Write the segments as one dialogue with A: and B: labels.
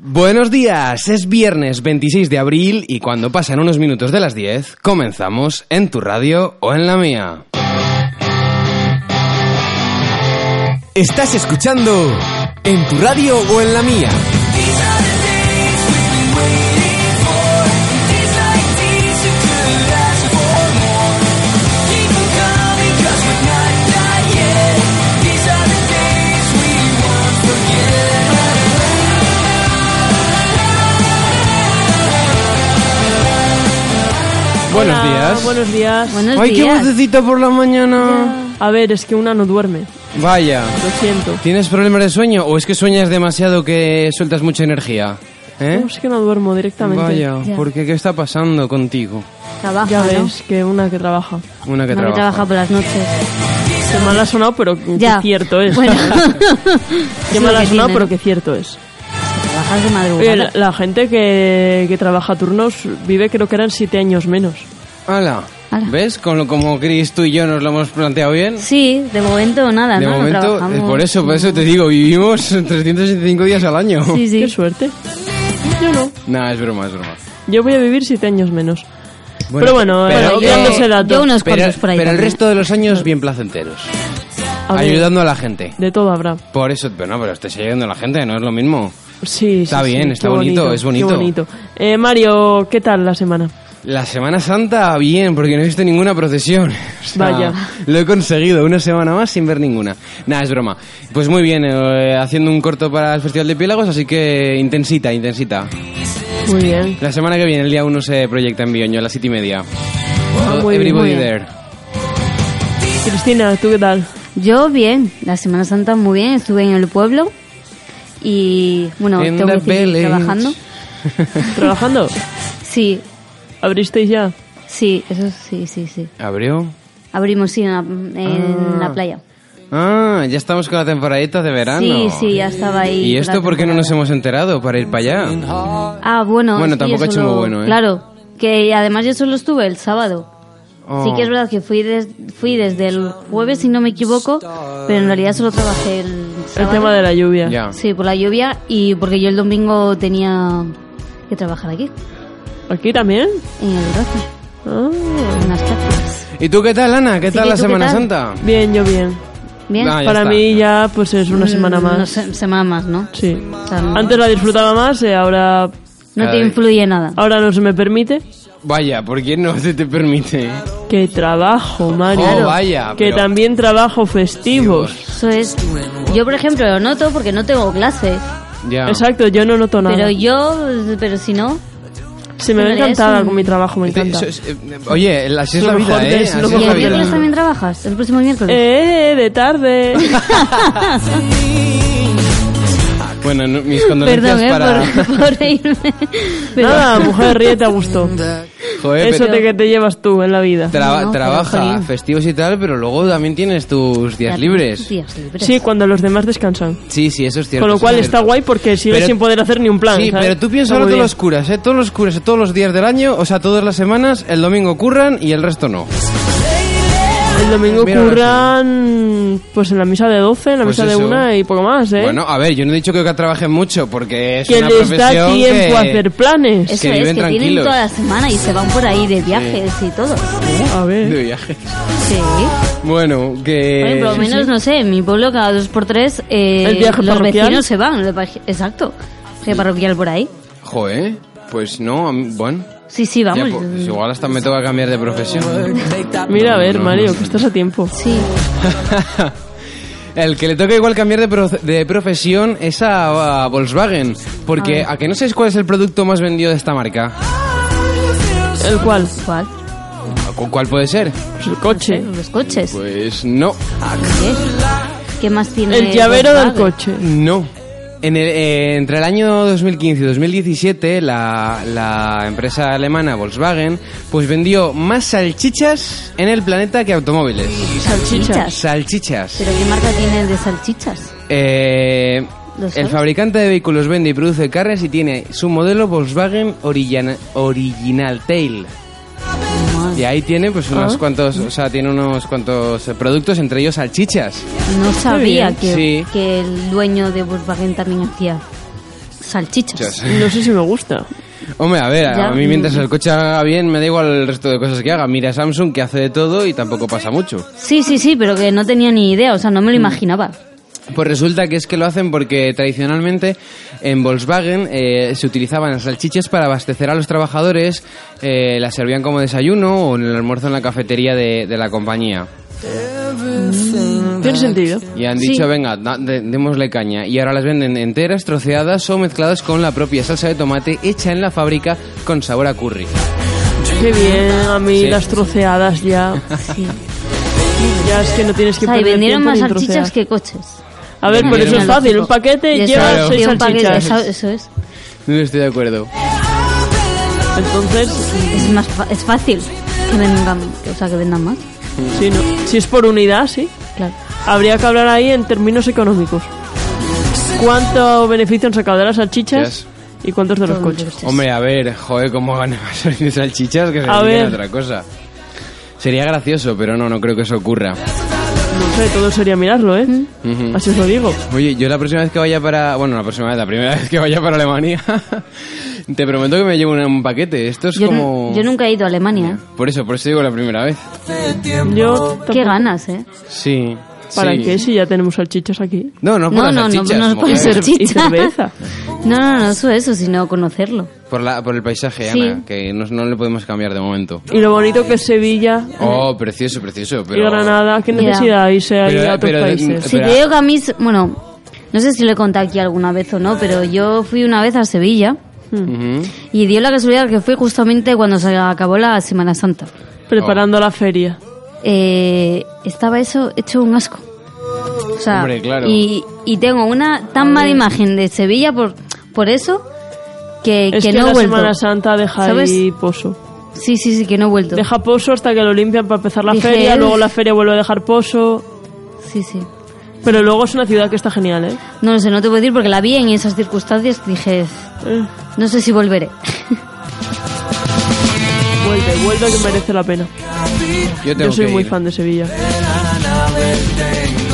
A: Buenos días, es viernes 26 de abril y cuando pasan unos minutos de las 10, comenzamos en tu radio o en la mía.
B: Estás escuchando en tu radio o en la mía.
A: Buenos
C: Hola,
A: días.
C: Buenos días.
D: Buenos
A: Ay, qué
D: días.
A: vocecita por la mañana.
C: A ver, es que una no duerme.
A: Vaya,
C: Lo siento.
A: ¿tienes problemas de sueño o es que sueñas demasiado que sueltas mucha energía? ¿Eh?
C: No, es que no duermo directamente.
A: Vaya,
D: Ya.
A: ¿por qué qué está pasando contigo?
D: Trabaja,
C: Ya
D: ¿no?
C: ves que una que trabaja.
A: Una que
D: Una que
A: trabaja.
D: trabaja por las noches.
C: Qué mal ha sonado, pero que
D: Ya.
C: cierto es.
D: Bueno.
C: Qué
D: Es
C: mal
D: lo
C: ha
D: que
C: sonado,
D: tiene.
C: pero que cierto es.
D: Trabajas de
C: Oye,
D: madrugada.
C: la, la gente que, que trabaja turnos vive creo que eran siete años menos.
A: Hala.
D: Hala.
A: ¿Ves? Con lo, como Chris, tú y yo nos lo hemos planteado bien.
D: Sí, de momento nada,
A: de
D: ¿no? No
A: momento, eh,
D: trabajamos.
A: por eso, por eso te digo, vivimos 365 días al año.
D: Sí,
C: Qué
D: sí.
C: suerte. Yo no.
A: Nah, es broma, es broma.
C: Yo voy a vivir siete años menos. pero bueno,
A: pero-
C: eh,
D: Bueno,
C: obviando
D: yo-
C: ese dato.
D: yo unos
A: pero,
D: cuantos por ahí.
A: pero el
D: también.
A: resto de los años bien placenteros,
C: A ver,
A: ayudando a la gente.
C: De todo habrá.
A: Por eso, pero no, pero estás ayudando a la gente, no es lo mismo.
C: Sí,
A: Está
C: sí, sí,
A: bien,
C: qué
A: está bonito, es
C: qué
A: bonito.
C: Eh, Mario, ¿qué tal la semana?
A: La Semana Santa, bien, porque no he visto ninguna procesión. O sea,
C: Vaya.
A: Lo he conseguido, una semana más sin ver ninguna. Nada, es broma. Pues muy bien, eh, haciendo un corto para el Festival de Piélagos, así que intensita, intensita.
C: Muy bien.
A: La semana que viene, el día 1 se proyecta en Bioño, a las 7 y media.
D: Ah,
C: muy bien,
A: Everybody
C: muy bien.
A: there.
C: Cristina, ¿tú qué tal?
D: Yo bien, la Semana Santa muy bien, estuve en el pueblo y bueno,
A: In
D: tengo
A: the
D: que seguir
A: village.
D: trabajando.
C: ¿Trabajando?
D: Sí,
C: ¿Abristeis ya?
D: sí, eso sí, sí, sí.
A: ¿Abrió?
D: Abrimos sí en la, en la playa.
A: Ah, ya estamos con la temporadita de verano.
D: Sí, sí, ya estaba ahí.
A: ¿Y
D: con la
A: esto por qué no nos
D: temporada.
A: hemos enterado para ir para allá?
D: Ah, bueno,
A: Bueno,
D: es que yo
A: tampoco ha hecho
D: solo-
A: muy bueno, ¿eh?
D: Claro, que además yo solo estuve el sábado.
A: Oh.
D: Sí que es verdad que fui, des- fui desde el jueves, si no me equivoco, pero en realidad solo trabajé el
C: El
D: sábado.
C: tema de la lluvia.
A: Ya.
D: Sí, por la lluvia y porque yo el domingo tenía que trabajar aquí,
C: ¿Aquí también?
D: en el Raza,
C: Ah.
D: en las prácticas.
A: ¿Y tú qué tal, Ana? ¿Qué
D: Sí,
A: tal
D: ¿y
A: la
D: tú qué
A: Semana
D: tal?
A: Santa?
C: Bien, yo bien.
D: ¿Bien?
A: Ah, ya
C: Para
A: está.
C: mí ya pues es una
D: Mm,
C: semana más.
D: no sé, semana más, ¿no?
C: Sí.
D: O sea, no,
C: Antes la disfrutaba más, eh, ahora,
D: no te
A: Ay.
D: influye nada.
C: ahora no se me permite.
A: Vaya, ¿por qué no se te permite?
C: Que trabajo, Mario.
A: Oh, vaya,
C: que
A: pero-
C: también trabajo festivos.
D: Eso es... Yo, por ejemplo, lo noto porque no tengo clase,
A: Ya.
C: Exacto, yo no noto nada.
D: pero yo... Pero si no...
C: Se me ve
D: en realidad es
C: encantada
D: un-
C: con mi trabajo, me
A: Te-
C: encanta.
A: eso es- eh, Oye, el- así es
C: Lo
A: la vida,
C: mejor
A: ¿eh?
C: de-
A: Así
C: lo
A: es
D: ¿Y
A: la
D: el
C: mejor de-
D: miércoles
A: vida.
D: también trabajas? ¿El próximo miércoles?
C: Ah, Eh, de tarde.
A: Bueno, no- mis condolencias
D: Perdón, ¿eh?
A: para...
D: Por, por reírme. Pero-
C: Nada, mujer, ríete a gusto.
A: Joder,
C: Eso
A: pero-
C: de que te llevas tú en la vida.
A: traba-
D: No, pero
A: trabaja
D: jolín.
A: festivos y tal, pero luego también tienes tus días libres.
D: Días libres.
C: Sí, cuando los demás descansan.
A: Sí, sí, eso es cierto.
C: Con lo
A: eso
C: cual
A: es
C: está
A: cierto.
C: guay porque sigues
A: Pero-
C: sin poder hacer ni un plan.
A: Sí,
C: ¿sabes?
A: pero tú
C: Está
A: piensas
C: muy
A: todos
C: bien.
A: los curas, ¿eh? Todos los curas, todos los días del año, o sea, todas las semanas, el domingo curran y el resto no.
C: El domingo
A: Mira,
C: curran pues en la misa de 12, en la
A: Pues
C: misa
A: eso.
C: de una y poco más, ¿eh?
A: Bueno, a ver, yo no he dicho que trabajen mucho porque es
C: que
A: una
C: les da
A: profesión
C: tiempo a
A: que-
C: hacer planes.
D: Eso
A: que
D: es,
A: viven
D: que tienen
A: tranquilos.
D: toda la semana y se van por ahí de viajes y todo.
A: de
C: A ver.
A: viaje.
D: Sí.
C: Eh,
A: Bueno, que
D: Oye, por lo menos, no sé, en mi pueblo cada dos por tres eh,
C: El viaje
D: los
C: parroquial.
D: vecinos se van. lo de- Exacto. Que parroquial por ahí.
A: joder, pues no, a mí- bueno,
D: Sí, sí,
A: ya,
D: vamos.
A: pues, igual hasta me toca cambiar de profesión.
C: Mira, a ver,
A: no,
C: Mario, que estás a tiempo.
D: Sí.
A: El que le toca igual cambiar de, pro- de profesión es a, a Volkswagen, porque a que no sabes cuál es el producto más vendido de esta marca.
C: ¿El cual?
D: ¿Cuál?
A: ¿Cu- ¿Cuál puede ser?
C: Pues el coche.
D: eh, Los coches.
A: Pues no,
D: ¿Qué? ¿Qué más tiene?
C: El llavero del
D: Volkswagen?
C: coche.
A: No. En el, eh, entre el año 2015 y 2017, la, la empresa alemana Volkswagen pues vendió más salchichas en el planeta que automóviles.
D: Salchichas.
A: Salchichas.
D: ¿Pero qué marca tiene de salchichas?
A: Eh,
D: ¿Lo
A: el
D: sabes?
A: fabricante de vehículos vende y produce carnes y tiene su modelo Volkswagen Origina- Original Tail. Y ahí tiene
D: Ah.
A: pues unos cuantos, o sea, tiene unos cuantos eh, productos, entre ellos salchichas.
D: No sabía
C: bien.
D: que,
A: Sí.
D: que el dueño de Volkswagen también hacía salchichas.
C: No sé si me gusta.
A: Hombre, a ver,
D: Ya.
A: a mí mientras el coche haga bien, me da igual el resto de cosas que haga. Mira Samsung que hace de todo y tampoco pasa mucho.
D: Sí, sí, sí, pero que no tenía ni idea, o sea, no me lo
C: Mm.
D: imaginaba.
A: Pues resulta que es que lo hacen porque tradicionalmente en Volkswagen eh, se utilizaban las salchichas para abastecer a los trabajadores, eh, las servían como desayuno o en el almuerzo en la cafetería de, de la compañía.
C: Tiene sentido.
A: Y han
D: Sí.
A: dicho, venga, da- de- démosle caña. Y ahora las venden enteras, troceadas o mezcladas con la propia salsa de tomate hecha en la fábrica con sabor a curry.
C: Qué bien, a mí
A: Sí.
C: las troceadas ya. Ya es que no tienes
D: O
C: que
D: sea, y
C: perder
D: vendieron
C: tiempo
D: más
C: en trocear.
D: salchichas que coches.
C: A ver, por eso es
A: Vendieron-
C: fácil. Un paquete
D: Y eso-
C: lleva
A: Claro.
C: seis
D: y un paquete,
C: salchichas.
D: eso, eso es.
A: No estoy de acuerdo.
C: Entonces,
D: Es, más fa- es fácil que vendan, o sea, que vendan más.
C: sí, no. si es por unidad, sí.
D: Claro.
C: Habría que hablar ahí en términos económicos. ¿Cuánto beneficio han sacado de las salchichas
A: Yes.
C: y cuántos de los
D: Todo el
C: coches?
D: coche.
A: Hombre, a ver, joder, cómo van a pasar de salchichas que se
C: A
A: dediquen a
C: ver.
A: otra cosa. Sería gracioso, pero no, no creo que eso ocurra.
C: No sé, todo sería mirarlo, ¿eh?
D: Mm.
A: Ujú.
C: Así os lo digo.
A: Oye, yo la próxima vez que vaya para... Bueno, la próxima vez, la primera vez que vaya para Alemania, te prometo que me llevo un, un paquete. Esto es
D: Yo, nu-
A: como...
D: yo nunca he ido a Alemania. ¿eh?
A: Por eso, por eso digo la primera vez.
C: Yo tampoco-
D: Qué ganas, ¿eh?
A: Sí.
C: ¿Para
A: sí.
C: qué si ya tenemos salchichas aquí?
A: No, no por
D: No,
A: las
D: no, no,
A: salchichas,
D: no es por
A: mujer.
D: eso.
C: Y
D: Salchicha.
C: cerveza.
D: No, no, no, eso, eso, sino conocerlo.
A: Por, la, por el paisaje,
D: Sí.
A: Ana, que no, no le podemos cambiar de momento.
C: Y lo bonito que es Sevilla
A: Oh, precioso, precioso,
C: y
A: pero...
C: Granada. ¿Qué
D: Ya.
C: necesidad hay irse ahí
A: Pero-
C: a otros
A: pero-
C: países?
D: Sí,
A: Espera.
D: yo digo que a mí, es- bueno, no sé si lo he contado aquí alguna vez o no, pero yo fui una vez a Sevilla
A: Ujú.
D: y dio la casualidad que fui justamente cuando se acabó la Semana Santa.
A: eh, oh.
C: Preparando la feria.
D: Eh, estaba eso hecho un asco. O sea,
A: Hombre, claro.
D: y, y tengo una tan mala imagen de Sevilla por, por eso que,
C: Es
D: que
C: que,
D: no he
C: la
D: vuelto.
C: Semana Santa deja
D: ¿Sabes?
C: ahí pozo.
D: Sí, sí, sí, que no he vuelto.
C: Deja pozo hasta que lo limpian para empezar la
D: Dije,
C: feria,
D: "Uf".
C: luego la feria vuelve a dejar pozo.
D: Sí, sí.
C: Pero luego es una ciudad que está genial, ¿eh?
D: No lo sé, no te puedo decir porque la vi en esas circunstancias. Dije,
C: Eh,
D: no sé si volveré.
C: Vuelve, vuelve que merece la pena.
A: Yo tengo
C: Yo soy
A: que
C: muy
A: ir.
C: fan de Sevilla.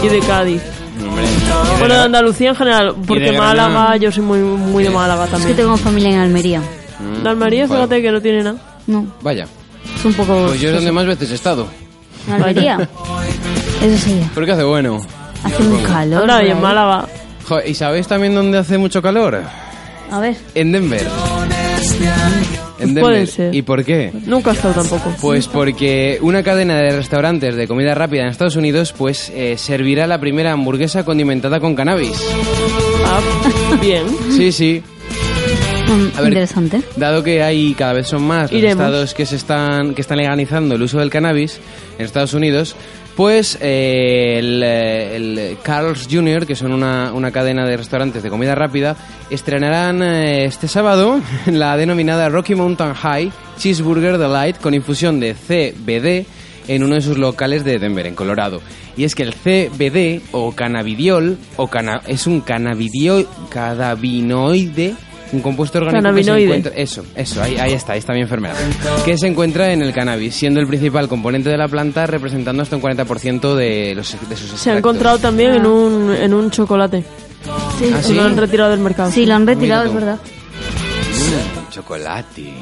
C: Y de Cádiz.
A: Hombre.
C: Bueno, de Andalucía en general, porque
A: Granada.
C: Málaga, yo soy muy, muy de Málaga
D: Es que
C: también.
D: tengo familia en Almería.
C: La Almería,
A: Vale.
C: fíjate que no tiene nada.
D: No,
A: Vaya.
D: es un poco.
A: Pues yo es donde más veces he estado.
D: en Almería. Eso sí,
A: Porque hace bueno.
D: hace un calor.
C: Anda, y
D: por
C: en
D: ahí.
C: Málaga.
A: Jo, ¿Y sabéis también dónde hace mucho calor?
D: A ver,
A: En Denver. En Denver.
C: Puede ser.
A: ¿Y por qué?
C: Nunca he estado tampoco.
A: Pues porque una cadena de restaurantes de comida rápida en Estados Unidos pues eh, servirá la primera hamburguesa condimentada con cannabis.
C: Ah, bien.
A: Sí, sí.
D: mm,
A: A ver.
D: interesante.
A: Dado que hay cada vez son más los
C: Iremos.
A: estados que se están que están legalizando el uso del cannabis en Estados Unidos, pues eh, el, eh, el Carl's Jr., que son una, una cadena de restaurantes de comida rápida, estrenarán eh, este sábado la denominada Rocky Mountain High Cheeseburger Delight con infusión de CBD en uno de sus locales de Denver, en Colorado. Y es que el CBD o cannabidiol o cana- es un cannabidio- cannabinoide, un compuesto orgánico que se
C: Cannabinoide.
A: encuentra eso, eso, ahí, ahí está, ahí está mi enfermedad. Que se encuentra en el cannabis, siendo el principal componente de la planta, representando hasta un 40% de, los, de sus extractos.
C: Se ha encontrado también en un, en un chocolate.
D: Ah. Sí,
A: ¿Ah,
C: Se
A: sí?
C: lo han retirado del mercado.
D: Sí, lo han retirado,
A: Mira
D: es
A: tú.
D: verdad.
A: Mm, chocolate.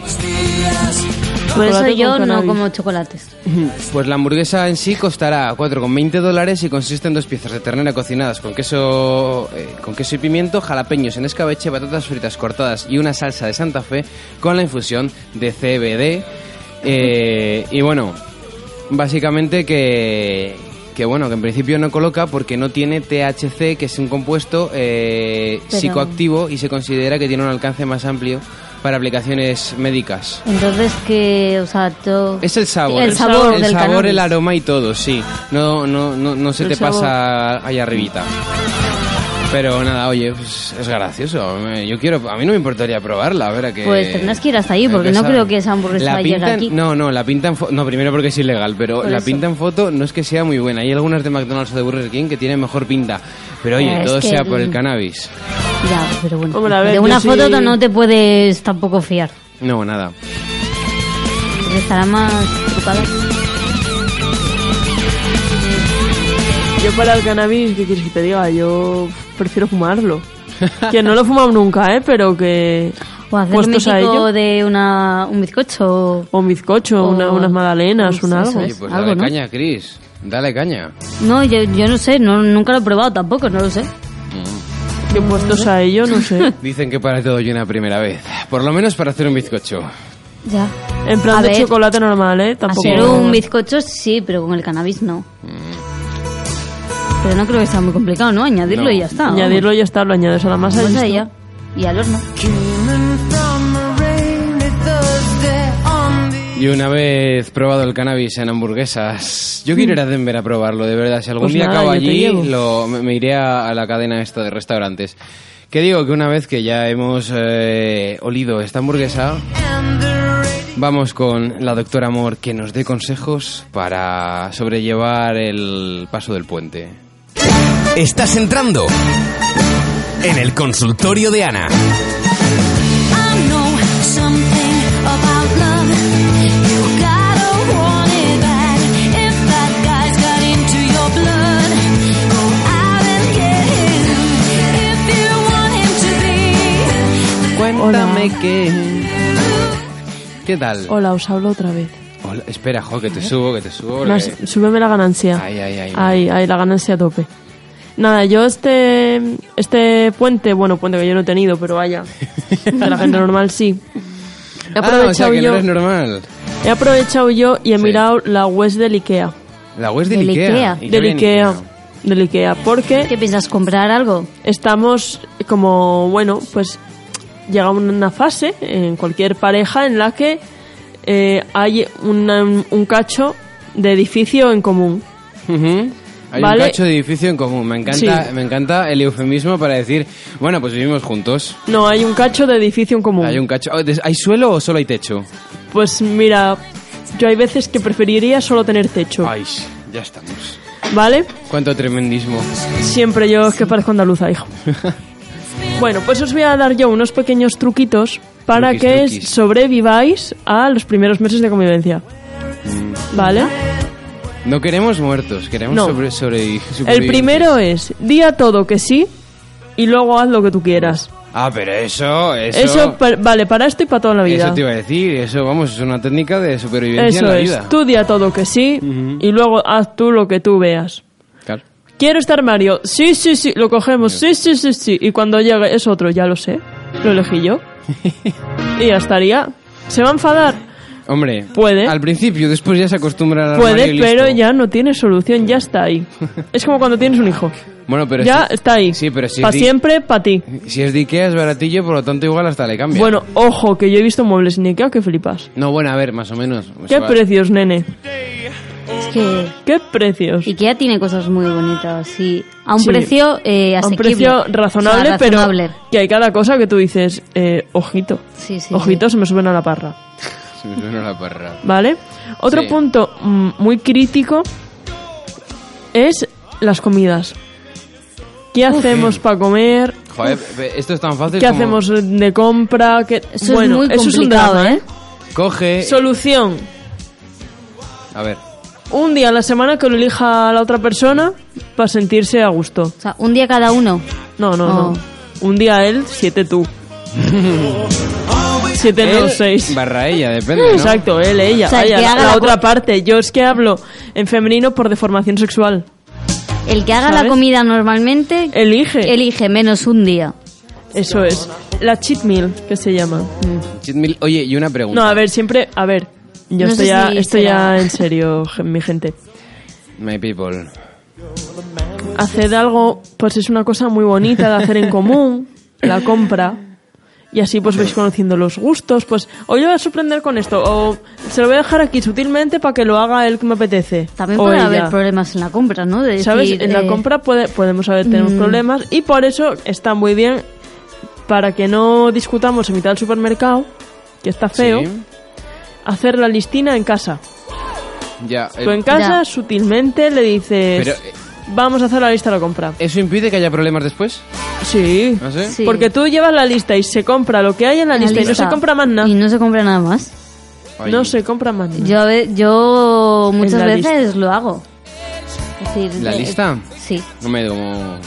D: Por eso
C: Chocolate
D: yo
C: con
D: no
C: cannabis.
D: como chocolates.
A: Pues la hamburguesa en sí costará 4,20 dólares y consiste en dos piezas de ternera cocinadas con queso, eh, con queso y pimiento, jalapeños en escabeche, patatas fritas cortadas y una salsa de Santa Fe con la infusión de CBD. Eh, y bueno, básicamente que, que bueno, que en principio no coloca porque no tiene THC, que es un compuesto eh,
D: Pero-
A: psicoactivo y se considera que tiene un alcance más amplio para aplicaciones médicas.
D: Entonces, que, o sea, todo.
A: Es el sabor.
D: El sabor
A: El
D: del
A: sabor,
D: cannabis.
A: el aroma y todo, sí. No, no, no, no se
C: El
A: te
C: sabor.
A: pasa allá arribita. Pero nada, oye, pues, es gracioso. Me- Yo quiero, a mí no me importaría probarla, a ver a qué.
D: Pues tendrás que ir hasta ahí,
A: a ver
D: porque
A: qué
D: no
A: sabe.
D: creo que esa hamburguesa
A: La
D: llegue
A: pinta en-
D: aquí.
A: No, no, la pinta en foto. No, primero porque es ilegal, pero
D: Por
A: la
D: eso.
A: pinta en foto no es que sea muy buena. Hay algunas de McDonald's o de Burger King que tienen mejor pinta. Pero oye,
D: Ah, es
A: todo
D: que
A: sea por el
D: el-
A: cannabis.
D: Ya, pero bueno.
C: Hombre, a ver,
D: de
C: yo
D: una
C: sí-
D: foto no te puedes tampoco fiar.
A: No, nada.
D: porque Estará más trucada.
C: Yo para el cannabis, ¿qué quieres que te diga? Yo prefiero fumarlo. que no lo he fumado nunca, ¿eh? Pero que...
D: O hacer un
C: puestos a ello.
D: mítico de una, un bizcocho.
C: O un bizcocho,
D: O-
C: una- unas magdalenas,
D: Eso,
C: un algo.
D: eso
A: Oye,
D: es
A: pues
D: algo,
A: dale
D: ¿no?
A: caña, Chris. Dale caña.
D: No, yo, yo no sé, no, nunca lo he probado tampoco, no lo sé.
C: Que puestos a ello, no sé.
A: Dicen que para todo hay una primera vez. Por lo menos para hacer un bizcocho.
D: Ya.
C: En plan
D: A
C: de
D: ver.
C: chocolate normal, ¿eh? Tampoco...
D: Hacer un bizcocho sí, pero con el cannabis no. Pero no creo que sea muy complicado, ¿no? Añadirlo
A: No.
D: y ya está. vamos.
C: Añadirlo y ya está, lo añades a la masa y
D: Pues
C: listo.
D: ahí ya. Y al horno.
A: Y una vez probado el cannabis en hamburguesas, yo quiero ir a Denver a probarlo, de verdad. Si algún
C: Pues
A: día
C: nada,
A: acabo
C: yo te
A: allí,
C: llevo.
A: lo- me, me iré a, a la cadena esta de restaurantes. Que digo que una vez que ya hemos eh, olido esta hamburguesa, vamos con la doctora Amor que nos dé consejos para sobrellevar el paso del puente.
B: Estás entrando en el consultorio de Ana.
A: Cuéntame que... ¿Qué tal?
C: Hola, os hablo otra vez.
A: Hola, espera, jo, que te subo, que te subo. Eh, ah, porque-
C: Más- súbeme la ganancia.
A: Ay, ay, ay.
C: Ay, ay, la ganancia a tope. Nada, yo este, este puente, bueno, puente que yo no he tenido, pero vaya, a la gente normal sí. He
A: Ah, o sea
C: aprovechado,
A: que
C: yo,
A: no es normal.
C: he aprovechado yo y he
A: Sí.
C: mirado la web del Ikea.
A: La web de
D: Del
A: Ikea.
D: Ikea.
A: ¿Y qué
C: Del
A: viene
C: Ikea. Del Ikea, porque
D: ¿Qué piensas? ¿Comprar algo?
C: estamos como, bueno, pues llega una fase en cualquier pareja en la que eh, hay una- un cacho de edificio en común.
A: Ujú. Hay
C: Vale.
A: un cacho de edificio en común. Me encanta,
C: Sí.
A: me encanta el eufemismo para decir, bueno, pues vivimos juntos.
C: No, hay un cacho de edificio en común.
A: Hay un cacho. oh, des- ¿Hay suelo o solo hay techo?
C: Pues mira, yo hay veces que preferiría solo tener techo,
A: Ay, ya estamos.
C: ¿vale?
A: Cuánto tremendismo.
C: Siempre yo que parezco andaluza, hijo. bueno, pues os voy a dar yo unos pequeños truquitos para
A: Truquis,
C: que
A: truquis.
C: sobreviváis a los primeros meses de convivencia. ¿Vale?
A: No queremos muertos, queremos
C: No.
A: sobre, sobrevivir.
C: El primero es, di a todo que sí y luego haz lo que tú quieras.
A: Ah, pero eso, eso.
C: Eso, pa- vale, para esto y para toda la vida.
A: eso te iba a decir. Eso, vamos, es una técnica de supervivencia
C: Eso
A: en la
C: es,
A: vida.
C: tú di a todo que sí y luego haz tú lo que tú veas.
A: Claro.
C: Quiero este armario. Sí, sí, sí. Lo cogemos. Sí, sí, sí, sí. Y cuando llegue es otro, ya lo sé. Lo elegí yo. Y ya estaría. ¿Se va a enfadar?
A: Hombre,
C: Puede.
A: Al principio, después ya se acostumbra al armario
C: Puede,
A: y
C: pero
A: listo.
C: ya no tiene solución. Ya está ahí. Es como cuando tienes un hijo.
A: Bueno, pero
C: ya
A: si-
C: está ahí.
A: Sí, pero si
C: Para
A: es di-
C: siempre, para ti.
A: Si es de Ikea es baratillo, por lo tanto igual hasta le cambia.
C: Bueno, ojo, que yo he visto muebles en Ikea que flipas.
A: No, bueno, a ver, más o menos. Pues O
C: Qué
A: sea,
C: precios, nene.
D: Es que
C: Qué precios.
D: Ikea tiene cosas muy bonitas, sí. A un
C: Sí.
D: precio eh,
C: A un
D: asequible.
C: precio razonable,
D: O sea,
C: pero
D: razonable.
C: que hay cada cosa que tú dices, eh, ojito.
D: Sí, sí,
C: ojito, se me suben a la parra.
A: se me suena la parra.
C: ¿Vale? Otro
A: Sí.
C: punto mm, muy crítico es las comidas. ¿Qué hacemos para comer?
A: Joder, pe- esto es tan fácil
C: ¿Qué
A: como...
C: hacemos de compra? ¿Qué-
D: Eso
C: bueno,
D: es muy
C: eso es un
D: complicado,
C: drama,
D: ¿eh?
C: ¿eh?
A: Coge...
C: Solución.
A: A ver.
C: Un día a la semana que lo elija la otra persona para sentirse a gusto.
D: O sea, un día cada uno.
C: No, no, no.
D: Oh.
C: Un día él, siete tú. siete no,
A: Él
C: seis.
A: Barra ella, depende, ¿no?
C: Exacto, él, ella.
D: O sea,
C: Vaya,
D: que
C: la-
D: haga
C: la
D: la
C: otra
D: cu-
C: parte. Yo es que hablo en femenino por deformación sexual.
D: El que haga la
C: ¿Sabes?
D: comida normalmente
C: Elige.
D: elige menos un día.
C: Eso es. La cheat meal, que se llama.
A: Cheat meal. Oye, y una pregunta.
C: No, a ver, siempre... A ver, yo
D: No
C: estoy,
D: sé
C: ya,
D: si
C: estoy ya
D: será.
C: en serio, gen- mi gente.
A: My people.
C: Hacer algo, pues es una cosa muy bonita de hacer en común, la compra. Y así pues vais conociendo los gustos, pues hoy lo voy a sorprender con esto, o se lo voy a dejar aquí sutilmente para que lo haga él que me apetece.
D: También
C: o
D: puede
C: ella.
D: haber problemas en la compra, ¿no? De
C: ¿Sabes?
D: decir,
C: en la
D: eh, Mm.
C: compra puede, podemos haber tener problemas y por eso está muy bien para que no discutamos en mitad del supermercado, que está feo,
A: Sí.
C: hacer la listina en casa.
A: Ya. eh,
C: Tú en casa
D: Ya.
C: sutilmente le dices,
A: Pero, eh,
C: vamos a hacer la lista de la compra.
A: ¿Eso impide que haya problemas después?
C: Sí.
A: No sé.
D: Sí.
C: Porque tú llevas la lista y se compra lo que hay en la,
D: en la
C: lista, y no se compra más nada.
D: Y no se compra nada más.
A: Ay,
C: No se compra más nada.
D: Yo, a ve- yo muchas
C: la
D: veces lo hago. Es decir,
A: ¿La
D: eh,
A: lista?
D: Sí.
A: No me como...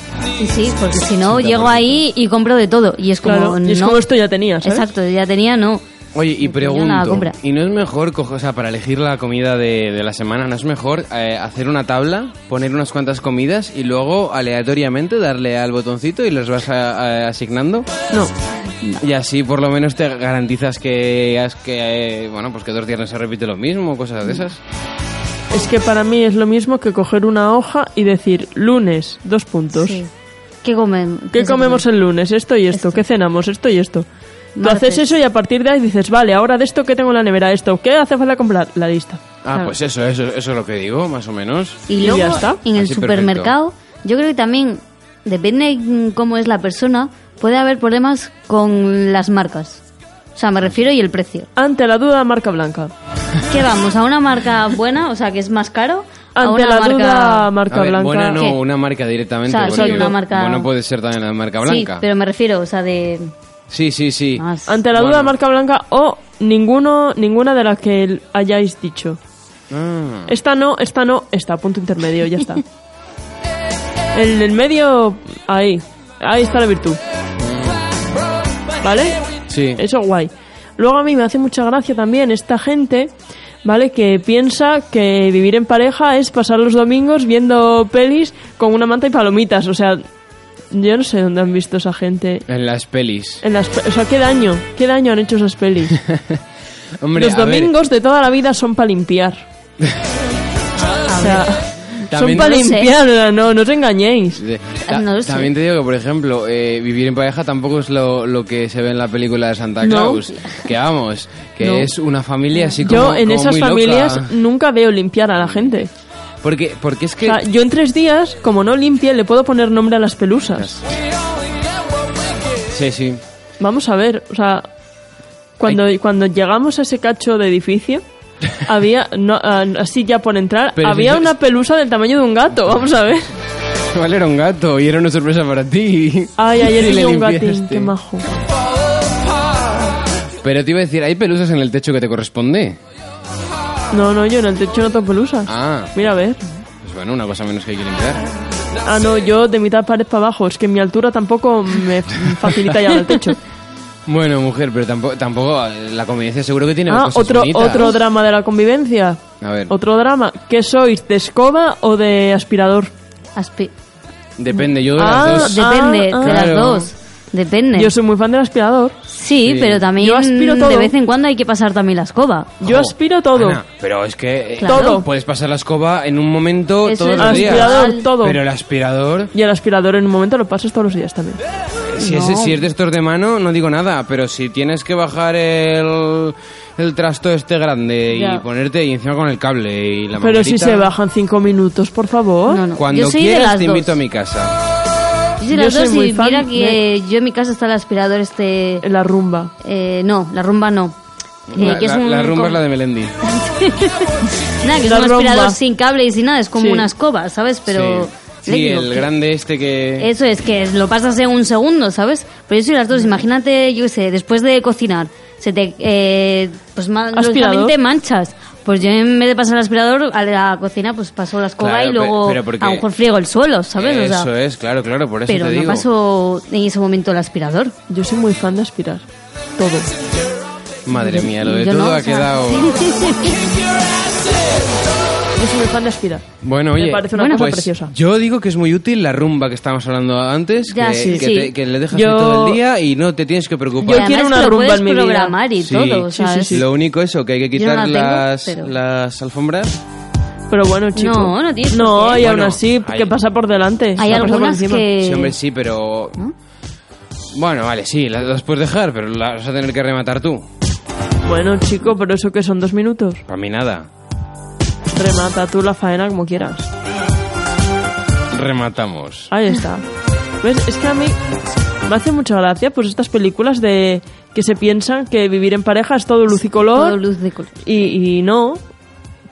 D: Sí, porque si no, llego ahí y compro de todo. Y es como,
C: Claro, y es
D: no.
C: como esto ya tenía, ¿sabes?
D: Exacto, ya tenía, no.
A: Oye, y
D: No tenía nada
A: pregunto,
D: compra.
A: ¿y no es mejor, coger- o sea, para elegir la comida de, de la semana, no es mejor eh, hacer una tabla, poner unas cuantas comidas y luego aleatoriamente darle al botoncito y les vas a- a- asignando?
C: No.
A: Y así por lo menos te garantizas que, has- que eh, bueno, pues que dos viernes se repite lo mismo, cosas de esas.
C: Es que para mí es lo mismo que coger una hoja y decir lunes, dos puntos.
D: Sí. ¿Qué comen?
C: ¿Qué
D: se
C: comemos
D: come?
C: el lunes? Esto y esto.
D: Esto.
C: ¿Qué cenamos? Esto y esto. Tú
D: Martes.
C: haces eso y a partir de ahí dices, vale, ahora de esto que tengo en la nevera, esto, ¿qué hace falta comprar? La lista.
A: Ah,
D: Claro.
A: pues eso, eso, eso es lo que digo, más o menos.
D: Y
C: Y
D: luego,
C: ya está.
D: en el
A: Así,
D: supermercado, yo creo que también, depende mm, cómo es la persona, puede haber problemas con las marcas. O sea, me refiero y el precio.
C: Ante la duda, marca blanca.
D: ¿Qué vamos? ¿A una marca buena? O sea, que es más caro. a
C: Ante
D: una
C: la
D: marca...
C: duda, marca
A: a ver,
C: blanca.
A: buena no,
D: ¿Qué?
A: una marca directamente.
D: O sea, sí,
A: porque-
D: una marca-
A: Bueno, puede ser también la marca blanca.
D: Sí, pero Ah. me refiero, o sea, de...
A: Sí, sí, sí.
D: más.
C: Ante la duda,
A: Bueno.
C: marca blanca o ninguno, ninguna de las que l- hayáis dicho.
A: Ah.
C: Esta no, esta no, esta, punto intermedio, ya está. El del medio, ahí. Ahí está la virtud. ¿Vale?
A: Sí.
C: Eso guay. Luego a mí me hace mucha gracia también esta gente, ¿vale? Que piensa que vivir en pareja es pasar los domingos viendo pelis con una manta y palomitas. O sea, yo no sé dónde han visto esa gente.
A: En las pelis.
C: En las, pe- o sea, ¿qué daño? ¿Qué daño han hecho esas pelis?
A: Hombre,
C: los
A: a ver,
C: domingos de toda la vida son para limpiar. o sea, son
A: También
C: para Ah,
A: no
D: sé.
C: limpiar, o sea, no, no os engañéis.
A: de- ta-
D: No lo sé.
A: también te digo que, por ejemplo, eh, vivir en pareja tampoco es lo, lo que se ve en la película de Santa
C: No.
A: Claus. Que vamos, que
C: No.
A: es una familia así como.
C: Yo en
A: como
C: esas
A: muy loca.
C: familias nunca veo limpiar a la gente.
A: Porque, porque es
C: O
A: que.
C: sea, yo en tres días, como no limpie, le puedo poner nombre a las pelusas.
A: Sí, sí.
C: Vamos a ver, o sea, cuando, cuando llegamos a ese cacho de edificio, había, no, ah, así ya por entrar,
A: Pero si
C: había
A: no-
C: una pelusa del tamaño de un gato, vamos a ver.
A: Vale, era un gato y era una sorpresa para ti.
C: Ay, ayer
A: Y le
C: vi un
A: limpiaste.
C: gatín, qué majo.
A: Pero te iba a decir, hay pelusas en el techo que te corresponde.
C: No, no, yo en el techo no tengo pelusas.
A: Ah,
C: Mira, a ver.
A: pues bueno, una cosa menos que hay que limpiar.
C: Ah, no, yo de mitad pared para abajo. Es que mi altura tampoco me facilita llegar al techo.
A: Bueno, mujer, pero tampoco, tampoco eh, la convivencia seguro que tiene
C: Ah,
A: cosas
C: otro,
A: bonitas.
C: otro drama de la convivencia.
A: A ver,
C: Otro drama. ¿Qué sois, de escoba o de aspirador?
D: Aspi-
A: depende, yo de
C: Ah,
A: las dos.
C: de-
D: Depende
C: ah,
D: de las
A: claro.
D: dos. Depende.
C: Yo soy muy fan del aspirador.
D: Sí,
A: Sí.
D: pero también
C: Yo aspiro todo.
D: de vez en cuando hay que pasar también la escoba.
C: Yo
A: Jo,
C: aspiro todo.
A: Ana, pero es que eh,
D: Claro.
C: Todo.
A: puedes pasar la escoba en un momento
D: Eso
A: todos
D: es
A: los días.
C: aspirador,
D: Al-
C: todo.
A: Pero el aspirador,
C: Y el aspirador en un momento lo pasas todos los días también.
A: si,
D: No.
A: es, si es de estos de mano, no digo nada, pero si tienes que bajar el, el trasto este grande y
D: Ya.
A: ponerte y encima con el cable y la
C: Pero si
A: manguerita.
C: se bajan cinco minutos, por favor.
D: No, no.
A: Cuando
D: yo soy de
A: quieras
D: las
A: te
D: dos.
A: invito a mi casa.
D: Yo soy de
C: Yo
D: las
C: soy
D: dos
C: muy
D: y
C: fan
D: mira que yo en mi casa está el aspirador este...
C: En la rumba.
D: eh, no, la rumba no. Eh,
A: la,
D: que es
A: la-
D: un-
A: la rumba es la de
D: con-
A: Melendi.
D: Nada, que es
C: La
D: un aspirador
C: rumba.
D: sin cable y sin nada, es como
C: Sí.
D: una escoba, ¿sabes? Pero...
A: sí, Sí,
D: eléctrico,
A: el
D: que-
A: grande este que...
D: Eso es, que lo pasas en un segundo, ¿sabes? Pero yo soy las dos,
C: Mm.
D: imagínate, yo qué sé, después de cocinar, se te... eh, pues ma-
C: ¿Aspirador?
D: lógicamente manchas. Pues yo en vez de pasar el aspirador a la cocina, pues paso la escoba
A: Claro,
D: y
A: pe-
D: luego
A: pero porque-
D: a lo mejor friego el suelo, ¿sabes? O sea,
A: Eso es, claro, claro, por eso
D: pero
A: te
D: no
A: digo.
D: paso en ese momento el aspirador.
C: Yo soy muy fan de aspirar. Todo.
A: Madre mía, lo de
D: Yo
A: todo
D: no,
A: ha
D: o sea,
A: quedado...
C: Yo soy muy fan de aspirar.
A: Bueno,
C: Me
A: oye,
C: parece una
A: bueno,
C: cosa
A: pues
C: preciosa.
A: Yo digo que es muy útil la rumba que estábamos hablando antes,
D: Ya,
A: que,
D: sí.
A: que,
D: Sí.
A: te- que le dejas
C: Yo-
A: ahí todo el día y no te tienes que
D: Y
A: preocupar.
C: Yo
D: además
C: quiero una
D: te lo
C: rumba
D: puedes
C: en mi vida.
D: programar y
A: Sí.
D: todo,
C: Sí, sí,
D: ¿sabes?
C: sí.
A: Lo único eso, que hay que
D: Yo no
A: quitar
D: la tengo,
A: las,
D: pero-
A: las alfombras.
C: Pero bueno, chico.
D: No, no tienes
C: No,
D: por qué.
C: y aún
A: Bueno,
C: así,
A: hay-
C: que pasa por delante.
D: Hay
C: La pasa por
D: algunas
C: encima.
D: que...
A: Sí, hombre, sí, pero... Bueno, vale, sí, las, las puedes dejar, pero las vas a tener que rematar tú.
C: Bueno, chico, pero eso que son dos minutos.
A: Para mí nada.
C: Remata tú la faena como quieras.
A: Rematamos.
C: Ahí está. ¿Ves? Es que a mí me hace mucha gracia pues estas películas de que se piensan que vivir en pareja es todo luz y color
D: todo luz de color.
C: y, y no.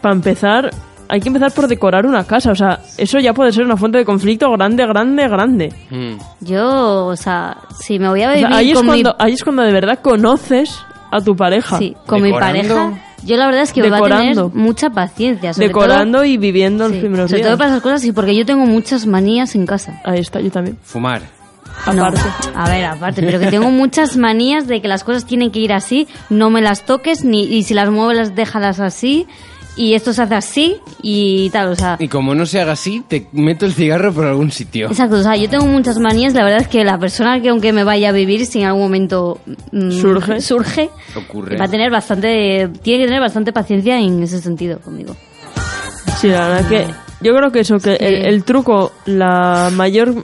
C: Para empezar, hay que empezar por decorar una casa. O sea, eso ya puede ser una fuente de conflicto grande, grande, grande.
A: Mm.
D: Yo, o sea, si me voy a
C: O
D: vivir
C: sea, ahí, es
D: con mi
C: cuando, ahí es cuando de verdad conoces a tu pareja.
D: Sí, con mi
A: Decorando.
D: pareja Yo la verdad es que me va a
C: Decorando.
D: tener mucha paciencia. Sobre
C: Decorando y viviendo
D: todo,
C: los
D: sí,
C: primeros
D: sobre
C: días.
D: todo para esas cosas y porque yo tengo muchas manías en casa.
C: Ahí está, yo también.
A: Fumar.
D: Ah, No,
C: Aparte.
D: a ver, aparte, pero que tengo muchas manías de que las cosas tienen que ir así, no me las toques, ni, y si las mueves, las déjalas así, y esto se hace así, y tal, o sea...
A: Y como no se haga así, te meto el cigarro por algún sitio.
D: Exacto, o sea, yo tengo muchas manías, la verdad es que la persona que aunque me vaya a vivir, si en algún momento mm,
C: Surge.
D: surge
A: Ocurre.
D: va a tener bastante, tiene que tener bastante paciencia en ese sentido conmigo.
C: Sí, la verdad que yo creo que eso, que
D: Sí.
C: el, el truco, la mayor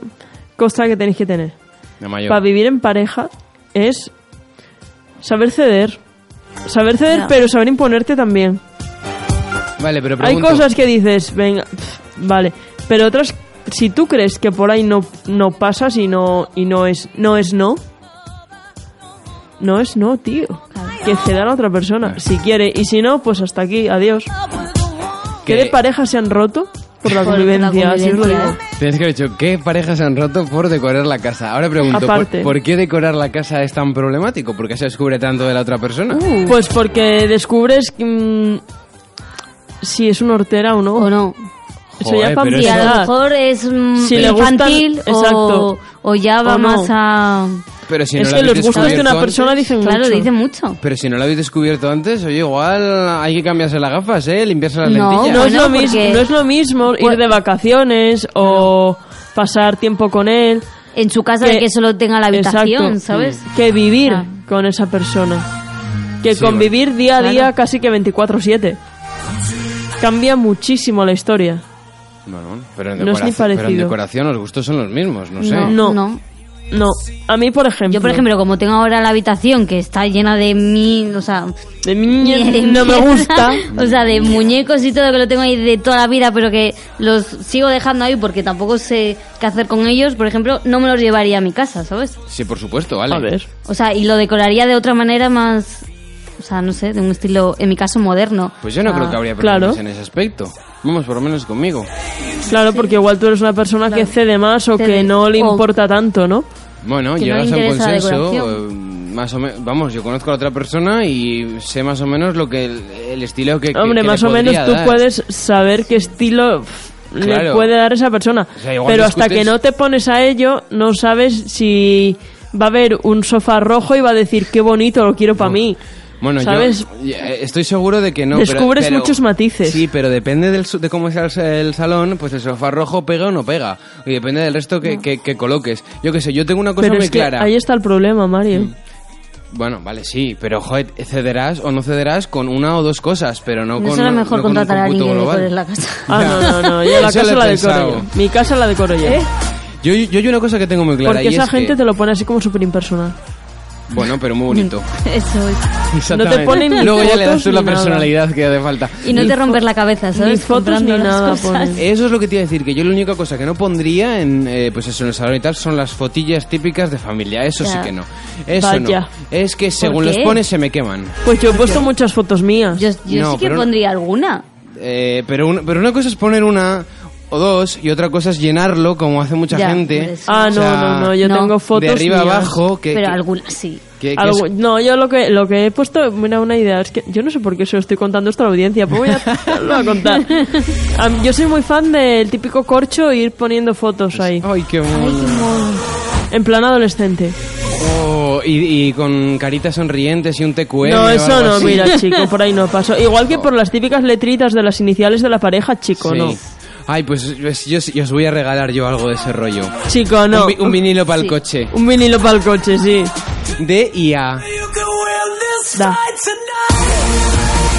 C: cosa que tenéis que tener
A: La mayor.
C: para vivir en pareja es saber ceder. Saber ceder,
D: Ya.
C: pero saber imponerte también.
A: Vale, pero
C: Hay
A: pregunto.
C: cosas que dices, venga, pf, vale, pero otras, si tú crees que por ahí no, no pasas y no y no es no es no, no es no, tío. Que ceda a la otra persona, si quiere, y si no, pues hasta aquí, adiós. ¿Qué de
A: Que-
C: parejas se han roto por la
D: Por la
C: convivencia? así os lo
D: convivencia.
C: digo.
A: Tienes que haber dicho, ¿qué parejas se han roto por decorar la casa? Ahora pregunto, ¿por,
C: Aparte.
A: por qué decorar la casa es tan problemático? ¿Por qué se descubre tanto de la otra persona?
C: Pues porque descubres que, mm, si es una hortera o no.
D: O no.
C: Eso ya
A: Joder,
C: para
A: pero
D: Y
A: eso-
D: a
C: empezar.
D: lo mejor es mm,
C: Si le gustan-
D: infantil o-
C: exacto.
D: o, ya va
C: O no.
D: más a...
A: Pero si no
C: es
A: lo
C: que
A: habéis
C: los gustos de
A: descubierto
C: una
A: antes-
C: persona dicen
D: Claro,
C: mucho.
D: dice mucho.
A: Pero si no lo habéis descubierto antes, oye, igual hay que cambiarse las gafas, ¿eh? Limpiarse las
D: No,
A: lentillas.
C: no, es
D: Bueno,
C: lo mismo,
D: porque-
C: no es lo mismo ir de vacaciones o pasar tiempo con él.
D: En su casa de que solo tenga la habitación,
C: Exacto.
D: ¿sabes?
C: Que vivir
D: Ah.
C: con esa persona. Que
A: Sí,
C: convivir día a
D: Claro.
C: día casi que 24-7. Cambia muchísimo la historia.
A: Bueno, pero en,
C: No es ni
A: decoración, pero en
C: parecido.
A: decoración los gustos son los mismos, no sé.
C: No.
D: no.
C: No, a mí, por ejemplo.
D: Yo, por ejemplo, como tengo ahora la habitación que está llena de mí, o sea,
C: de mí
D: de
C: no me
D: mierda,
C: gusta.
D: O sea, de muñecos y todo que lo tengo ahí de toda la vida, pero que los sigo dejando ahí porque tampoco sé qué hacer con ellos. Por ejemplo, no me los llevaría a mi casa, ¿sabes?
A: Sí, por supuesto, vale.
C: A ver.
D: O sea, y lo decoraría de otra manera más, o sea, no sé, de un estilo, en mi caso, moderno.
A: Pues yo no
D: Ah,
A: creo que habría
C: claro.
A: problemas en ese aspecto. Vamos, por lo menos conmigo.
C: Claro, porque igual tú eres una persona que cede más o
D: Cede.
C: que no le
D: O-
C: importa tanto, ¿no?
A: Bueno,
D: Que no
A: llegas
D: le
A: a un
D: interesa la
A: consenso.
D: decoración.
A: eh, Más o menos, vamos, yo conozco a la otra persona y sé más o menos lo que el, el estilo que. que-
C: Hombre,
A: que le
C: más o menos
A: podría
C: tú
A: dar.
C: puedes saber qué estilo pf, le
A: Claro.
C: puede dar esa persona.
A: O sea, igual
C: pero hasta
A: discutes-
C: que no te pones a ello, no sabes si va a haber un sofá rojo y va a decir qué bonito, lo quiero para mí.
A: Bueno, yo-
C: ¿Sabes?
A: yo eh, estoy seguro de que no. pero-
C: Descubres
A: pero-
C: muchos matices.
A: Sí, pero depende del, su- de cómo sea el, s- el salón, pues el sofá rojo pega o no pega. Y depende del resto que, que- que coloques. Yo qué sé, yo tengo una cosa
C: pero
A: muy
C: es que
A: clara. Mm.
C: ahí está el problema, Mario.
A: Bueno, vale, sí, pero joder, cederás o no cederás con una o dos cosas, pero no,
D: No
A: con.
D: será
A: un-
D: mejor
A: no con un
D: contratar a alguien
A: cómputo
D: que
A: global.
D: decore la casa.
C: Ah, no, no, no. Yo la
A: Eso lo
C: casa
A: he
C: la
A: pensado.
C: decoro yo. Mi casa la decoro
D: ¿Eh?
C: yo.
A: Yo, yo hay una cosa que tengo muy clara
C: Porque
A: y
C: esa
A: es
C: gente
A: que-
C: te lo pone así como súper impersonal.
A: Bueno, pero muy bonito.
D: Eso es.
A: Mm. Exactamente.
C: ponen ni
A: Luego ya le das
C: fotos
A: tú la
C: ni nada.
A: personalidad que hace falta.
D: Y no te romper la cabeza, ¿sabes?
C: Ni fotos ni
D: Comprando las
C: nada
D: cosas.
C: ponen.
A: Eso es lo que te iba a decir, que yo la única cosa que no pondría en, eh, pues eso, en el salón y tal son las fotillas típicas de familia, eso sí
D: Ya.
A: que no. Eso no.
C: Vaya.
A: Es que según
D: qué?
A: los pones se me queman.
C: Pues yo he puesto muchas fotos mías.
D: Yo, yo
A: No,
D: sí que
A: pero no-
D: pondría alguna.
A: Eh, pero, un- pero una cosa es poner una o dos y otra cosa es llenarlo como hace mucha
D: Ya,
A: gente.
D: hombre, sí.
C: Ah,
A: O
C: no,
A: sea,
C: no, no. Yo
D: no.
C: tengo fotos
A: de arriba
C: mías.
A: abajo que,
D: pero
A: que-
D: alguna sí.
A: que- que
C: Algo-
A: es-
C: no, yo lo que, lo que he puesto, mira, una idea, es que yo no sé por qué se lo estoy contando a esta audiencia, pues voy a, lo voy a contar. Am- yo soy muy fan del típico corcho e ir poniendo
A: Pues,
C: fotos ahí,
A: Ay, qué mono.
C: en plan adolescente.
A: Oh, y, y con caritas sonrientes y un TQM. o
C: no, eso
A: algo
C: no,
A: así. Oh.
C: mira, chico, por ahí no paso. Igual que por las típicas letritas de las iniciales de la pareja, chico,
A: Sí.
C: no.
A: Ay, pues yo, yo- yo os voy a regalar yo algo de ese rollo.
C: Chico, no.
A: Un, vi- un vinilo para el coche.
C: Un vinilo para el coche, sí.
A: D y A.
C: Da.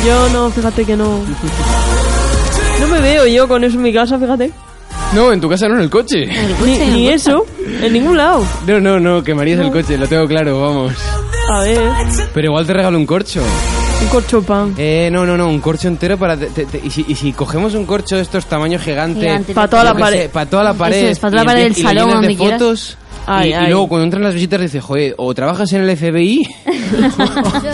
C: Yo no, fíjate que no. No me veo yo con eso en mi casa, fíjate.
A: No, en tu casa no, en el coche.
C: Ni, ni eso, en ningún lado.
A: No, no, no, que María es el coche, lo tengo claro, vamos.
C: A ver,
A: Pero igual te regalo un corcho.
C: un corcho pan.
A: Eh, no, no, no, un corcho entero para... te- te- te- y, si, y si cogemos un corcho de estos tamaños gigante...
D: Gigante.
C: Para este, toda la pared.
A: Para toda la
D: Eso
A: pared.
D: es, pa' toda la
A: y
D: pared del
A: empie- y lo
D: salón,
A: llenas de
D: donde quieras.
A: fotos,
C: Ay,
A: y, y
C: ay.
A: luego cuando entran las visitas dices, joder, o trabajas en el FBI...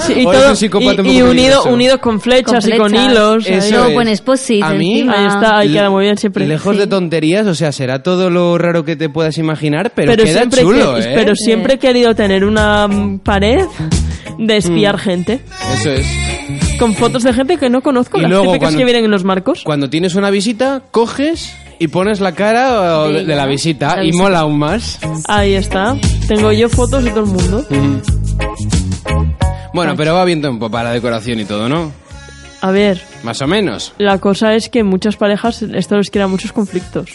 C: Sí, y
A: Ahora
C: todo-
A: es un psicópata
C: y-
A: un poco
C: y unido,
A: peligroso.
C: unidos con flechas,
D: Con
C: y con
D: flechas.
C: hilos. ahí.
A: Eso
D: luego
A: es.
D: pones post-it
A: A mí-
D: encima.
C: Ahí está, ahí queda muy bien siempre.
A: Lejos de tonterías, o sea, será todo lo raro que te puedas imaginar, pero,
C: pero,
A: queda
C: siempre
A: chulo,
C: que-
A: ¿eh?
C: pero siempre he querido tener una mm, pared de espiar gente.
A: Eso es.
C: Con fotos de gente que no conozco,
A: Y
C: las
A: luego
C: típicas
A: cuando-
C: que vienen en los marcos.
A: Cuando tienes una visita, coges y pones la cara o,
D: De
A: de, de la
D: ella,
A: visita
D: la
A: y
D: visita.
A: mola aún más.
C: Ahí está. Tengo yo fotos de todo el mundo.
A: Mm. Bueno, pero va viento en popa la decoración y todo, ¿no?
C: A ver,
A: Más o menos.
C: la cosa es que muchas parejas esto les crea muchos conflictos.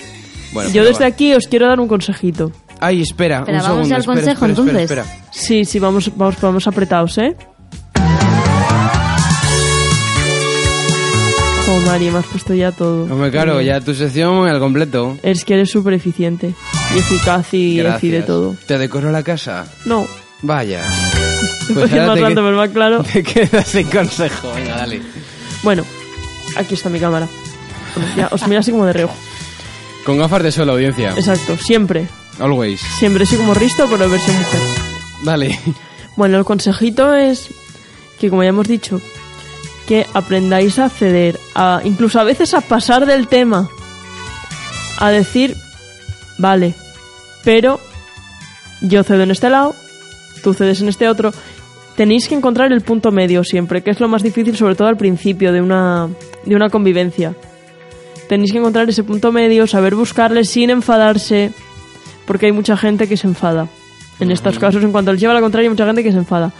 A: Bueno,
C: yo
A: pero
C: desde
A: va.
C: aquí os quiero dar un consejito.
A: Ay, espera,
D: Espera,
A: un
D: vamos
A: segundo.
D: al
A: espera,
D: consejo,
A: espera, espera,
D: entonces.
A: espera.
C: Sí, sí, vamos, vamos, vamos apretados, ¿eh? Oh, Mari, me has puesto ya todo.
A: Hombre, claro, ya tu sección al completo.
C: Es que eres súper eficiente y eficaz y decide
A: Gracias.
C: todo.
A: ¿Te decoró la casa?
C: No,
A: Vaya.
C: pues
A: ahora
C: más
A: te
C: rato,
A: que-
C: pero más claro.
A: Te quedas sin consejo, venga, dale.
C: Bueno, aquí está mi cámara. Bueno, ya, os mira así como de reojo.
A: Con gafas de sol, audiencia.
C: Exacto, siempre.
A: Always.
C: Siempre soy como Risto, pero versión mujer.
A: Dale.
C: Bueno, el consejito es que, como ya hemos dicho, que aprendáis a ceder, a, incluso a veces a pasar del tema, a decir, vale, pero yo cedo en este lado, tú cedes en este otro. Tenéis que encontrar el punto medio siempre, que es lo más difícil, sobre todo al principio de una, de una convivencia. Tenéis que encontrar ese punto medio, saber buscarle sin enfadarse, porque hay mucha gente que se enfada. En estos casos, en cuanto les lleva la contraria, hay mucha gente que se enfada.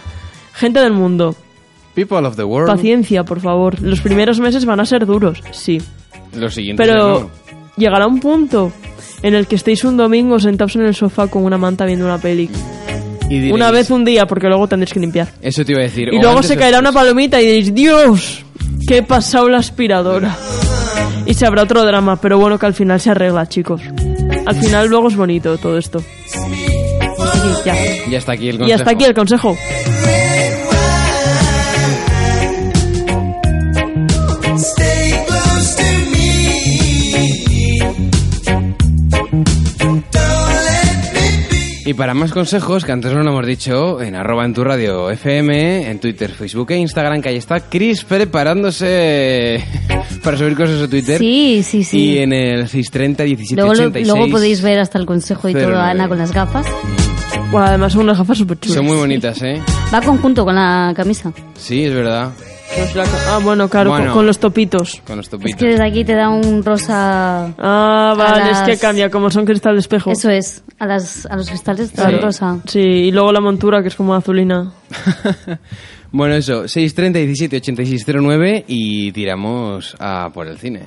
C: Gente del mundo,
A: People of the world.
C: paciencia, por favor. Los primeros meses van a ser duros, sí.
A: Lo siguiente.
C: Pero llegará un punto en el que estéis un domingo sentados en el sofá con una manta viendo una peli. Una vez un día, porque luego tendréis que limpiar.
A: Eso te iba a decir.
C: Y
A: o
C: luego
A: antes
C: se
A: o
C: caerá una
A: después.
C: palomita y diréis, Dios, que he pasado la aspiradora. Y se habrá otro drama, pero bueno que al final se arregla, chicos. Al final luego es bonito todo esto. Y ya.
A: Ya está aquí el
C: Y
A: consejo.
C: hasta aquí el consejo.
E: Stay close to me. Don't let me be.
A: Y para más consejos, que antes no lo hemos dicho, en arroba en tu radio FM, en Twitter, Facebook e Instagram, que ahí está Chris preparándose para subir cosas a Twitter.
D: Sí, sí, sí.
A: Y en el 630 17
D: Luego, lo- luego podéis ver hasta el consejo y
A: Cero
D: todo a
A: nueve.
D: Ana con las gafas.
C: Bueno, además son unas gafas súper chulas.
A: Son muy bonitas, ¿eh?
D: Va conjunto con la camisa.
A: Sí, es verdad.
C: Ah, bueno, claro,
A: Bueno.
C: Con, con los topitos.
A: Con los
D: Es
A: topitos.
D: que desde aquí te da un rosa...
C: Ah, vale,
D: las-
C: es que cambia, como son cristal espejo.
D: Eso es, a, las, a los cristales te da
A: Sí.
D: un rosa.
C: Sí, y luego la montura que es como azulina.
A: bueno, eso, 630 17 86 09 y tiramos a por el cine.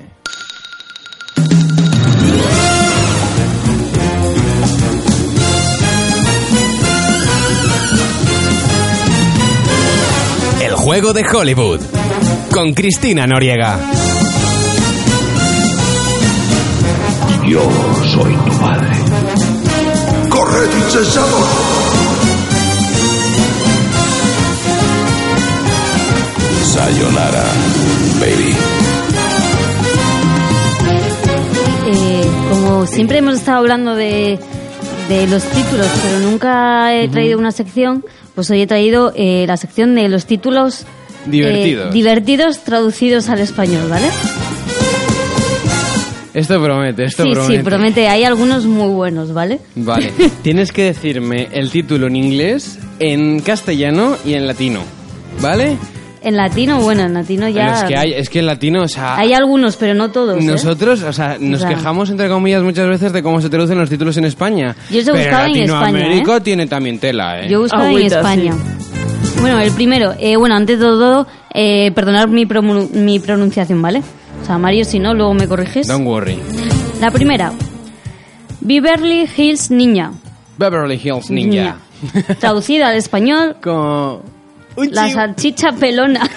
B: El juego de Hollywood. Con Cristina Noriega.
F: Yo soy tu padre.
E: Corre, insensado.
F: Sayonara, baby.
D: Eh, como siempre hemos estado hablando de, de los títulos, pero nunca he traído una sección, pues hoy he traído eh, la sección de los títulos
A: Divertidos.
D: eh, divertidos traducidos al español, ¿vale?
A: Esto promete, esto
D: sí,
A: promete.
D: sí, promete. Hay algunos muy buenos, ¿vale?
A: Vale, tienes que decirme el título en inglés, en castellano y en latino, ¿vale?
D: En latino, bueno, en latino ya...
A: Es que hay, es que en latino, o sea,
D: hay algunos, pero no todos. ¿eh?
A: nosotros, o sea, nos
D: Ya.
A: quejamos entre comillas muchas veces de cómo se traducen los títulos en España.
D: Yo se
A: Pero
D: buscaba en España,
A: Latinoamérica tiene también tela, ¿eh?
D: Yo buscaba en
C: Agüita,
D: España. Bueno, el primero, eh, bueno, antes de todo, eh, perdonar mi, promu- mi pronunciación, ¿vale? O sea, Mario, si no, luego me corriges.
A: Don't worry.
D: La primera, Beverly Hills Niña.
A: Beverly Hills Ninja.
D: Traducida al español,
A: Como...
D: la salchicha pelona.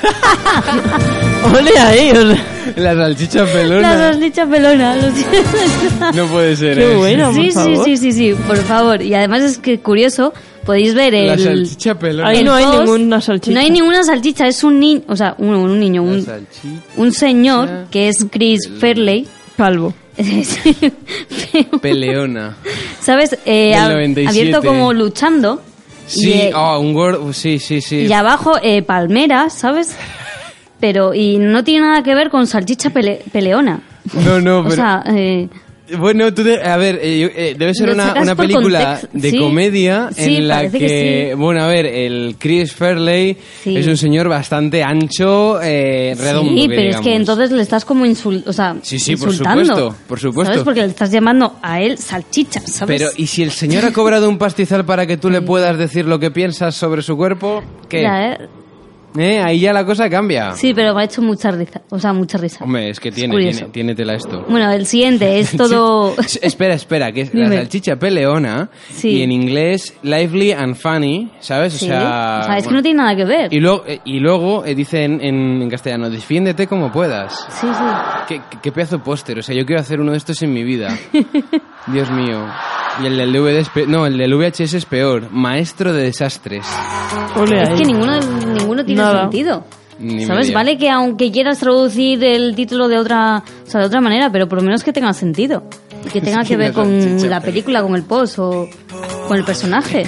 C: ¡Ole a ellos!
A: La salchicha
D: la
A: pelona.
D: salchicha pelona, lo siento.
A: No puede ser.
C: ¡Qué
A: ¿eh?
C: bueno, por
D: Sí, sí,
C: favor.
D: sí, sí, sí, por favor. Y además es que curioso, podéis ver
A: La
D: el...
A: salchicha pelona.
C: Ahí
D: el
C: no hay
D: post.
C: ninguna salchicha.
D: No hay ninguna salchicha, es un niño, o sea, un, un niño,
A: La
D: un,
A: salchicha.
D: un señor que es Chris Fairley.
C: Calvo.
A: Peleona.
D: ¿Sabes? Eh,
A: Del
D: ab-
A: 97.
D: abierto como luchando.
A: Sí,
D: y, eh,
A: ah, un gordo. Sí, sí, sí.
D: y abajo eh, palmeras, ¿sabes? Pero, y no tiene nada que ver con salchicha pele- peleona.
A: No, no,
D: o
A: pero.
D: sea, eh,
A: Bueno, tú de- a ver, eh, yo- eh, debe ser
D: Lo
A: una,
D: sacas
A: una
D: por
A: película
D: contexto,
A: de
D: sí.
A: comedia
D: Sí,
A: en la que,
D: parece que sí.
A: bueno, a ver, el Chris Fairley
D: Sí.
A: es un señor bastante ancho, eh, redondo.
D: Sí,
A: que
D: pero es que
A: digamos.
D: entonces le estás como insultando. O sea,
A: Sí, sí, por
D: insultando,
A: supuesto, por supuesto.
D: ¿Sabes? Porque le estás llamando a él salchicha, ¿sabes?
A: Pero, ¿y si el señor ha cobrado un pastizal para que tú le puedas decir lo que piensas sobre su cuerpo? ¿Qué?
D: Ya, ¿eh?
A: ¿Eh? Ahí ya la cosa cambia.
D: Sí, pero me ha hecho mucha risa. O sea, mucha risa.
A: Hombre, es que tiene,
D: curioso.
A: tiene, tiene tela esto.
D: Bueno, el siguiente es todo.
A: Sí. Espera, espera, que es la
D: Dime.
A: salchicha peleona
D: Sí.
A: y en inglés lively and funny, ¿sabes?
D: Sí.
A: O sea,
D: O sea, es que
A: bueno.
D: no tiene nada que ver.
A: Y luego, eh, y luego eh, dice en, en- en castellano, defiéndete como puedas.
D: Sí, sí.
A: ¿Qué, qué- qué pedazo de póster, o sea, yo quiero hacer uno de estos en mi vida. Dios mío. Y el del DVD es pe- no, el del VHS es peor, maestro de desastres.
C: Ole
D: Es
C: ahí.
D: que ninguno, ninguno tiene
C: Nada.
D: sentido.
A: Ni
D: ¿Sabes?
A: media.
D: Vale que aunque quieras traducir el título de otra, o sea, de otra manera, pero por lo menos que tenga sentido. Y que tenga que ver
A: una salchicha,
D: con la
A: pero-
D: película, con el post o con el personaje.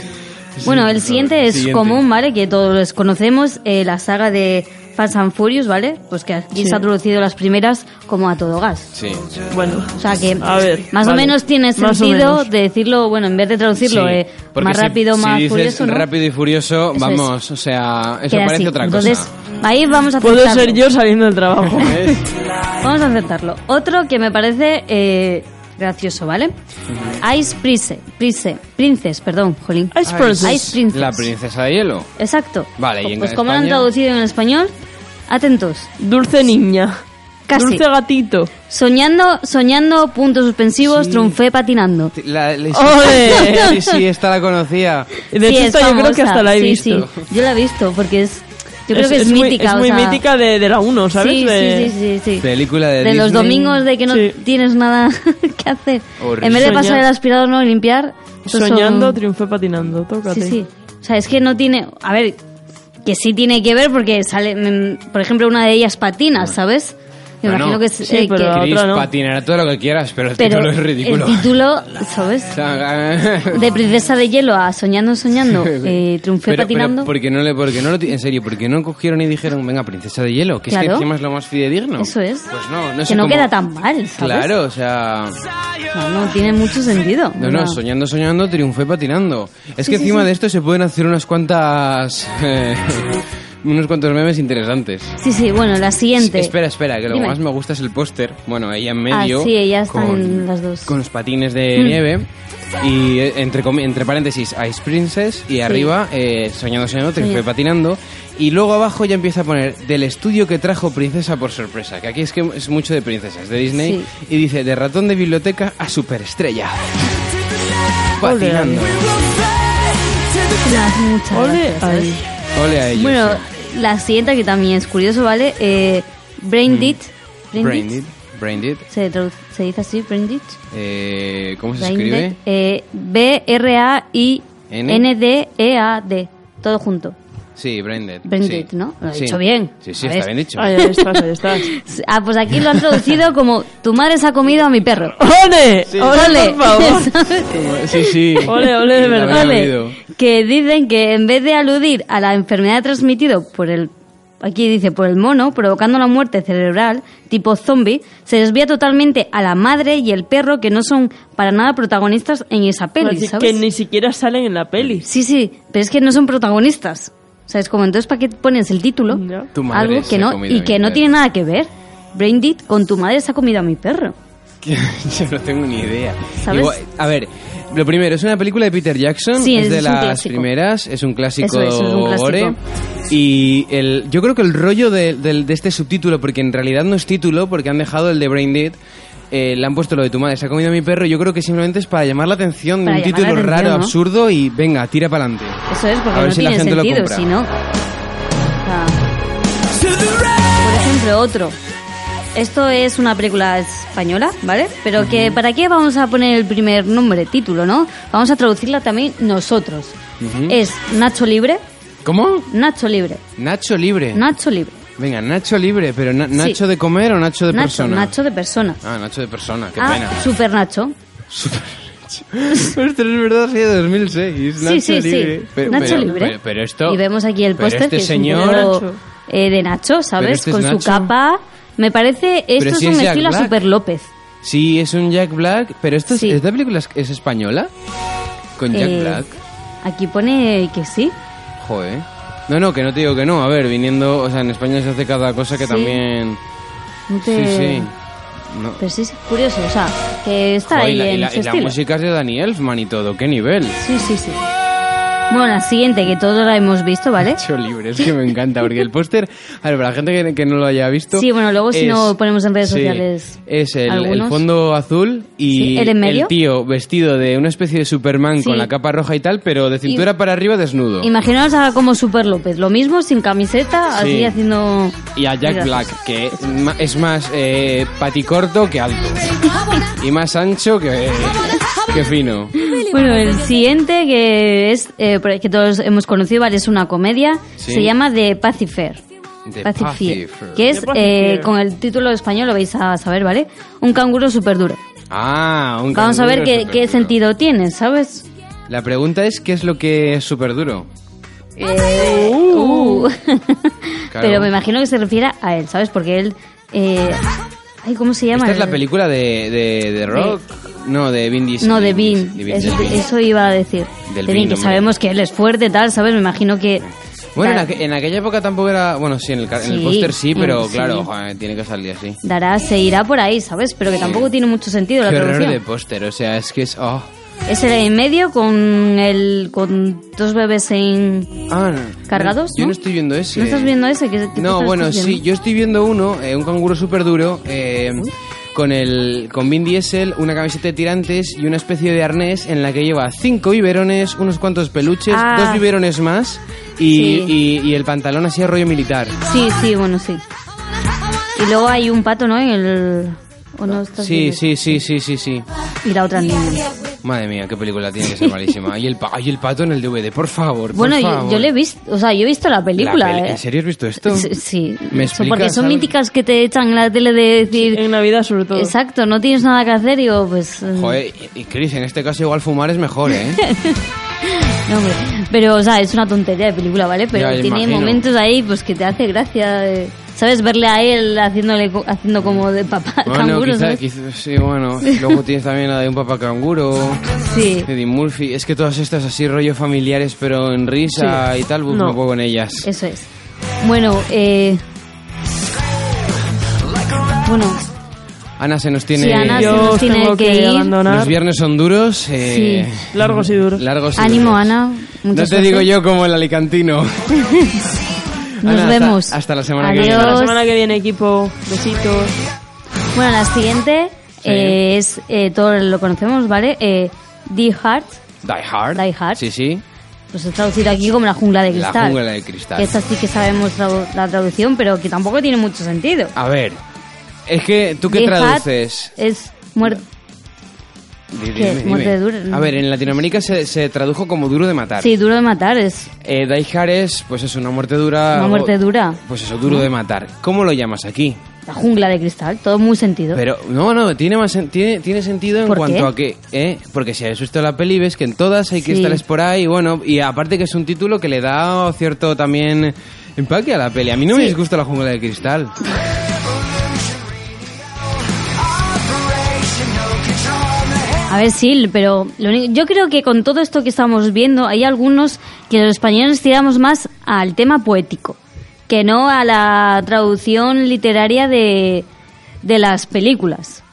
D: Bueno, el siguiente es
A: siguiente.
D: común, ¿vale? Que todos conocemos, eh, la saga de Fast and Furious, ¿vale? Pues que aquí
C: Sí.
D: se ha traducido las primeras como a todo gas.
A: Sí.
C: Bueno,
D: O sea que
C: A ver,
D: más o
C: vale.
D: menos tiene
C: Más o
D: sentido
C: menos.
D: de decirlo, bueno, en vez de traducirlo
A: Sí,
D: eh,
A: porque
D: más
A: si-
D: rápido,
A: si
D: más
A: dices
D: furioso, ¿no?
A: rápido y furioso,
D: Eso es.
A: vamos, o sea, eso
D: Queda
A: parece
D: así.
A: otra
D: Entonces,
A: cosa.
D: ahí vamos a
C: puedo
D: aceptarlo.
C: ser yo saliendo del trabajo.
D: Vamos a aceptarlo. Otro que me parece eh, gracioso, ¿vale? Ice Prince, Prince, Princess, perdón, jolín.
C: Ice Princess.
D: Ice Princess.
A: La princesa de hielo.
D: Exacto.
A: Vale, y en
D: Pues como lo han
A: España-
D: traducido en español, atentos.
C: Dulce niña.
D: Casi.
C: Dulce gatito.
D: Soñando, soñando, puntos suspensivos,
A: Sí.
D: triunfé patinando.
A: La, la-
C: ¡Ole!
A: sí, sí, esta la conocía.
C: Y De
D: Sí,
C: hecho,
D: es
C: esta yo creo que
D: famosa.
C: hasta la he
D: Sí,
C: visto.
D: sí. Yo la he visto porque es... Yo creo que es, mítica.
C: Muy, es
D: o
C: muy
D: sea-
C: mítica de, de la 1, ¿sabes?
D: Sí,
C: De-
D: sí, sí, sí, sí.
A: Película de
D: de los
A: Disney.
D: domingos de que no
C: Sí.
D: tienes nada que hacer.
A: Horrible.
D: En vez de
C: Soñar.
D: pasar el aspirador no y limpiar, eso son-
C: Soñando, triunfé patinando. Tócate.
D: Sí, sí. O sea, es que no tiene, a ver, que sí tiene que ver porque sale, mm, por ejemplo, una de ellas patina, ¿sabes? Me
A: No,
D: imagino
A: no.
D: que es
C: Sí,
D: eh,
C: pero-
D: que-
C: otra
A: Chris,
C: no.
A: patinará todo lo que quieras, pero el
D: pero
A: título es ridículo.
D: el título, ¿sabes?
A: O sea,
D: De princesa de hielo a soñando soñando, eh, triunfé
A: pero-
D: patinando.
A: Pero porque no le, porque no lo, ti- en serio, porque no cogieron y dijeron, venga, princesa de hielo, que es que
D: Claro.
A: encima es lo más fidedigno.
D: Eso es.
A: Pues no, no
D: que
A: sé
D: no
A: cómo-
D: queda tan mal, ¿sabes?
A: Claro, o sea,
D: No, no tiene mucho sentido.
A: no,
D: Una-
A: no, soñando, soñando, triunfé patinando. Es
D: Sí,
A: que
D: sí,
A: encima
D: sí.
A: de esto se pueden hacer unas cuantas, eh, unos cuantos memes interesantes.
D: Sí, sí, bueno, la siguiente.
A: Espera, espera, que lo que
D: Dime.
A: más me gusta es el póster. Bueno, ella en medio.
D: Ah, sí, ella está en las dos. Mm.
A: Con los patines de nieve. Y eh, entre, comi- entre paréntesis, Ice Princess. Y arriba, eh, soñando, soñando, triunfé
D: Soñando.
A: patinando. Y luego abajo ya empieza a poner del estudio que trajo Princesa por sorpresa. Que aquí es que es mucho de princesas, de Disney. Y dice, de ratón de biblioteca a superestrella. Patinando.
D: Me hace mucha
C: Ole,
D: gracia, ¿sabes?
C: ahí.
A: Ole a ellos.
D: Bueno, la siguiente que también es curioso, ¿vale? Eh,
A: Mm.
D: brain Dead. Brain Dead.
A: Brained. Brained.
D: ¿Se, tradu- se dice así, Brain Dead.
A: Eh, ¿Cómo se
D: Brain
A: escribe?
D: Dead. Eh, B-R-A-I-N-D-E-A-D. E Todo junto.
A: Sí, Braindead.
D: Brain
A: sí.
D: Dead, ¿no? Lo he
A: Sí.
D: dicho bien.
A: Sí, sí,
D: A
A: está
D: ver.
A: bien dicho.
C: Ahí, ahí estás, ahí estás.
D: Ah, pues aquí lo han traducido como tu madre se ha comido a mi perro.
C: ¡Ole! ¡Ole,
D: Ole.
C: por favor!
A: Sí, sí.
C: Ole, ole, de
A: Lo había
C: verdad.
D: Ole,
A: oído.
D: que dicen que en vez de aludir a la enfermedad transmitida por el aquí dice por el mono provocando la muerte cerebral tipo zombie se desvía totalmente a la madre y el perro que no son para nada protagonistas en esa peli
C: Así
D: ¿sabes?
C: Que ni siquiera salen en la peli.
D: sí sí pero es que no son protagonistas o sea es como entonces para qué pones el título
C: Ya.
A: Tu madre
D: algo
A: se
D: que
A: ha
D: no
A: comido a
D: y
A: mi
D: que no
A: perro.
D: tiene nada que ver Brain Dead con tu madre se ha comido a mi perro
A: Yo no tengo ni idea.
D: ¿Sabes?
A: Igual- a ver, lo primero, es una película de Peter Jackson,
D: Sí,
A: es
D: es
A: de
D: un
A: las
D: clásico.
A: primeras, es un clásico
D: Eso es, es un clásico.
A: gore. Y el, yo creo que el rollo de, del- de este subtítulo, porque en realidad no es título, porque han dejado el de Brain Dead. eh, le han puesto lo de tu madre, se ha comido a mi perro. Yo creo que simplemente es para llamar la atención de
D: Para
A: un
D: llamar la
A: título
D: atención,
A: raro,
D: ¿no?
A: absurdo y venga, tira para adelante.
D: Eso es, porque
A: A ver
D: no
A: si la
D: tiene
A: gente lo
D: sentido,
A: compra.
D: si no. O sea, por ejemplo, otro. Esto es una película española, ¿vale? Pero que ¿para qué vamos a poner el primer nombre, título, no? Vamos a traducirla también nosotros. Es Nacho Libre,
A: ¿Cómo?
D: Nacho Libre,
A: Nacho libre.
D: Nacho Libre.
A: venga, Nacho libre, pero na- Nacho de comer o Nacho de
D: Nacho,
A: persona.
D: Nacho de persona.
A: Ah, Nacho de persona, qué
D: Ah,
A: pena.
D: Super Nacho.
A: Esto es verdad, sí, de 2006.
D: Sí, sí, sí. Nacho Libre.
A: Pero, pero esto.
D: Y vemos aquí el
A: pero
D: póster
A: este
D: que
A: señor.
D: es un poco,
C: Nacho.
D: eh, de Nacho, ¿sabes?
A: este es
D: Con su
A: Nacho.
D: capa. Me parece, esto
A: si
D: es
A: es
D: un
A: Jack
D: estilo a
A: Black.
D: Super López.
A: Sí, es un Jack Black, pero esta, es-
D: Sí.
A: ¿esta película es, es española? Con Jack
D: Eh,
A: Black.
D: Aquí pone que sí.
A: Joder. No, no, que no te digo que no. A ver, viniendo, o sea, en España se hace cada cosa que
D: Sí.
A: también...
D: No
A: Sí,
D: te-
A: sí. No.
D: Pero sí es curioso, o sea, que está
A: Joder,
D: ahí
A: y la, y
D: en
A: la-
D: su
A: y la
D: estilo.
A: música es de Danny Elfman y todo. ¿Qué nivel?
D: Sí, sí, sí. Bueno, la siguiente, que todos la hemos visto, ¿vale?
A: Hecho libre, es que me encanta, porque el póster, a ver, para la gente que, que no lo haya visto...
D: Sí, bueno, luego si no ponemos en redes
A: sí,
D: sociales
A: Es el- el,
D: algunos.
A: fondo azul y
D: Sí, ¿el en medio?
A: tío vestido de una especie de Superman
D: Sí.
A: con la capa roja y tal, pero de cintura para arriba desnudo.
D: Imaginaos a como Super López, lo mismo sin camiseta,
A: Sí.
D: así haciendo...
A: Y a Jack
D: Mira,
A: Black, que ma- es más eh, paticorto que alto. y más ancho que, que fino.
D: Bueno, el siguiente que es eh, que todos hemos conocido, ¿vale? Es una comedia,
A: Sí.
D: se llama The Pacifier.
A: The Pacifier.
D: que es
C: The Pacifier.
D: eh, con el título español lo vais a saber, ¿vale? Un canguro súper duro.
A: Ah, un
D: Vamos a ver
A: canguro
D: qué, qué
A: superduro.
D: sentido tiene, ¿sabes?
A: La pregunta es: ¿qué es lo que es súper duro?
D: Eh, uh.
A: ¡Oh! Claro.
D: Pero me imagino que se refiere a él, ¿sabes? Porque él... eh, ay, ¿Cómo se llama?
A: Esta es la
D: El-
A: película de, de, de Rock. No, de Vin Diesel.
D: No, de Bean. Eso, eso iba a decir.
A: Del
D: De
A: Bean,
D: Bean, que
A: hombre.
D: sabemos que él es fuerte, tal, ¿sabes? Me imagino que...
A: Bueno, en,
D: dar-
A: aqu- en aquella época tampoco era. Bueno, sí, en el, ca- en el
D: Sí,
A: póster sí, pero
D: sí.
A: claro, joder, tiene que salir así.
D: Dará, se irá por ahí, ¿sabes? Pero que tampoco tiene mucho sentido la
A: Qué horror
D: traducción.
A: de póster, o sea, es que es. oh.
D: Es el en medio con el con dos bebés en...
A: Ah, no.
D: ¿Cargados,
A: Yo no
D: no?
A: estoy viendo ese.
D: ¿No estás viendo ese? ¿Qué- qué te
A: No,
D: estás
A: bueno,
D: viendo?
A: sí, yo estoy viendo uno, eh, un canguro súper duro, eh, con, el, con Vin Diesel, una camiseta de tirantes y una especie de arnés en la que lleva cinco biberones, unos cuantos peluches,
D: Ah.
A: dos biberones más y,
D: Sí.
A: y- y el pantalón así a rollo militar.
D: Sí, sí, bueno, sí. Y luego hay un pato, ¿no? En el... ¿O no estás
A: Sí,
D: viendo?
A: sí, sí, sí, sí, sí.
D: Y la otra niña.
A: Madre mía, qué película tiene que ser malísima. Y el, pa- ay, el pato en el DVD, por favor. por
D: Bueno, yo,
A: favor.
D: yo le he visto... O sea, yo he visto la
A: La
D: película,
A: peli-
D: ¿eh?
A: ¿En serio has visto esto?
D: Sí, sí.
A: ¿Me
D: Eso, porque
A: explicas
D: son
A: algo?
D: míticas que te echan en la tele de decir,
C: En Navidad sobre todo.
D: exacto, no tienes nada que hacer, y digo, pues... eh,
A: Joder, y, y Chris, en este caso igual fumar es mejor, ¿eh?
D: no, hombre. Pero, o sea, es una tontería de película, ¿vale? Pero
A: Ya,
D: tiene
A: imagino.
D: momentos ahí, pues, que te hace gracia, eh, ¿sabes? Verle a él haciéndole, co- haciendo como de papá
A: Bueno,
D: canguro,
A: quizá,
D: ¿sabes?
A: quizá- sí, bueno. Luego tienes también la de un papá canguro,
D: Sí.
A: de Dean Murphy. Es que todas estas así rollo familiares, pero en risa y tal, pues
C: No.
A: me pongo en ellas.
D: Eso es. Bueno, eh... Bueno,
A: Ana se nos tiene...
D: Sí, Ana se
C: Eh, Yo
D: nos
C: os
D: tiene
C: tengo
D: que
C: que,
D: ir.
C: abandonar.
A: Los viernes son duros, eh,
C: Largos y duros.
A: largos y
D: ánimo,
A: duros.
D: Ana.
A: No
D: mucha
A: te
D: suerte.
A: digo yo como el alicantino.
D: Nos
A: Ana, hasta-
D: vemos.
A: Hasta, la semana que
D: Adiós.
A: viene.
C: Hasta la semana que viene, equipo. Besitos.
D: Bueno, la siguiente
A: Sí.
D: eh, es, eh, todos lo conocemos, ¿vale? Eh, Die Hard,
A: Die Hard.
D: Die Hard.
A: Sí, sí.
D: pues he traducido aquí como la jungla de
A: La
D: cristal.
A: jungla de cristal.
D: Que esta sí que sabemos tradu- la traducción, pero que tampoco tiene mucho sentido.
A: A ver, es que Ah, tú qué
D: Die Hard
A: traduces.
D: Es muerte.
A: Di-
D: ¿Qué? Muerte de duro.
A: A ver, en Latinoamérica se, se tradujo como duro de matar.
D: Sí, duro de matar, es
A: Eh, Die Hard es, pues es una muerte dura.
D: una muerte
A: o-
D: dura.
A: Pues eso, duro de matar. ¿Cómo lo llamas aquí?
D: La jungla de cristal, todo muy sentido.
A: Pero no, no, tiene más sen- tiene, tiene sentido en
D: ¿Por
A: cuanto a que, ¿eh? porque si habéis visto la peli ves que en todas hay cristales por ahí, y bueno, y aparte que es un título que le da cierto también empaque a la peli. A mí no me disgusta la jungla de cristal.
D: A ver, sí, pero lo único- yo creo que con todo esto que estamos viendo, hay algunos que los españoles tiramos más al tema poético, que no a la traducción literaria de, de las películas.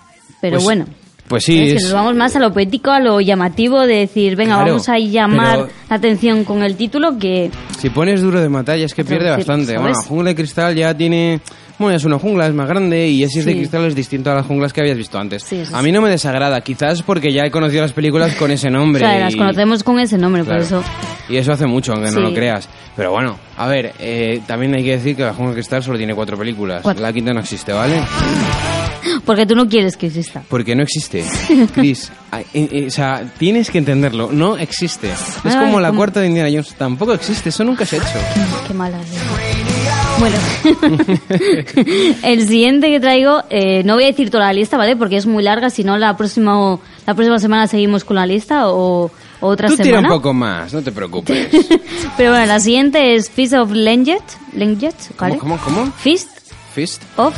D: Pero
A: Pues-
D: bueno, ¿eh?
A: Pues sí,
D: es que
A: es-
D: nos vamos más a lo poético, a lo llamativo, de decir, venga,
A: Claro,
D: vamos a llamar
A: pero-
D: la atención con el título que...
A: si pones duro de matar ya es que
D: Otra
A: pierde
D: vez,
A: bastante.
D: ¿sabes?
A: Bueno, la jungla de cristal ya tiene... Bueno, es una jungla, es más grande y así es de
D: Sí.
A: cristal es distinto a las junglas que habías visto antes.
D: Sí, eso
A: a
D: sí.
A: mí no me desagrada, quizás porque ya he conocido las películas con ese
D: O
A: nombre.
D: sea, las
A: y-
D: conocemos con ese nombre,
A: Claro.
D: por eso...
A: Y eso hace mucho, aunque no
D: Sí.
A: lo creas. Pero bueno, a ver, eh, también hay que decir que La Jungla de Cristal solo tiene cuatro películas.
D: Cuatro.
A: La quinta no existe, ¿vale?
D: Porque tú no quieres que exista.
A: Porque no existe. Chris, ay, eh, eh, o sea, tienes que entenderlo. No existe. Es
D: Ay,
A: como la
D: ¿cómo?
A: cuarta de Indiana Jones. Tampoco existe. Eso nunca se ha hecho.
D: Qué mala. Bueno, el siguiente que traigo, eh, no voy a decir toda la lista, ¿vale? Porque es muy larga, si no la próxima, la próxima semana seguimos con la lista o, o otra
A: Tú tira
D: semana.
A: un poco más, no te preocupes.
D: Pero bueno, la siguiente es Fist of Lenget, Lenget, ¿vale?
A: ¿Cómo, cómo, cómo?
D: Fist
A: ¿Fist?
D: of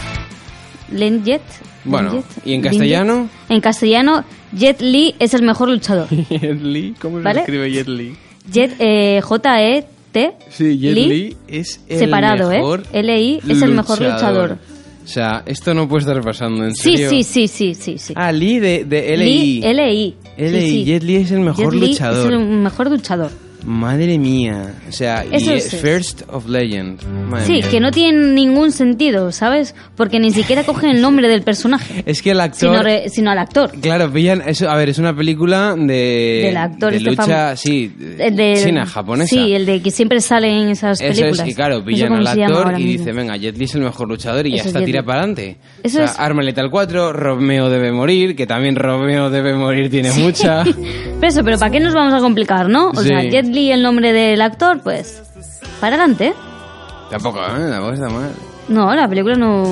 D: Lenjet.
A: Bueno,
D: Lenjet,
A: ¿y en
D: Lenjet.
A: castellano?
D: En castellano, Jet Li es el mejor luchador.
A: Jet Li, ¿cómo
D: ¿Vale?
A: escribe Jet Li?
D: Jet, eh, J-E-T.
A: Sí, Jet Li,
D: Li.
A: es el
D: separado, ¿eh?
A: mejor
D: LI es el mejor luchador.
A: O sea, esto no puede estar pasando, en
D: Sí,
A: serio.
D: sí, sí, sí, sí, sí.
A: Ah, Li de, de LI.
D: Li, LI. Sí,
A: LI,
D: sí.
A: Jet Li es el mejor
D: Jet Li
A: luchador.
D: Es el mejor luchador.
A: Madre mía. O sea, y
D: Eso
A: es
D: es.
A: First of Legend. Madre
D: Sí,
A: mía.
D: que no tiene ningún sentido, ¿sabes? Porque ni siquiera cogen el nombre del personaje,
A: Es que el actor...
D: sino, re- sino al actor.
A: Claro, pillan, eso, a ver, es una película de...
D: Del actor
A: de
D: este
A: lucha,
D: famo-
A: sí,
D: El de-
A: china, japonesa.
D: Sí, el de que siempre sale en esas
A: Eso es,
D: películas.
A: y claro,
D: No sé
A: pillan
D: cómo se
A: al
D: llama
A: actor
D: ahora
A: y
D: mismo.
A: dice, venga, Jet Li es el mejor luchador y
D: Eso
A: ya
D: es
A: está,
D: Jet
A: tira
D: Li.
A: para adelante.
D: Eso
A: o sea,
D: es.
A: Arma Letal 4, Romeo debe morir, que también Romeo debe morir tiene mucha.
D: Pero eso, pero ¿para qué nos vamos a complicar, no? O
A: Sí.
D: sea, Jet Li, el nombre del actor, pues... Para adelante.
A: Tampoco, ¿eh? Tampoco está mal.
D: No, la película no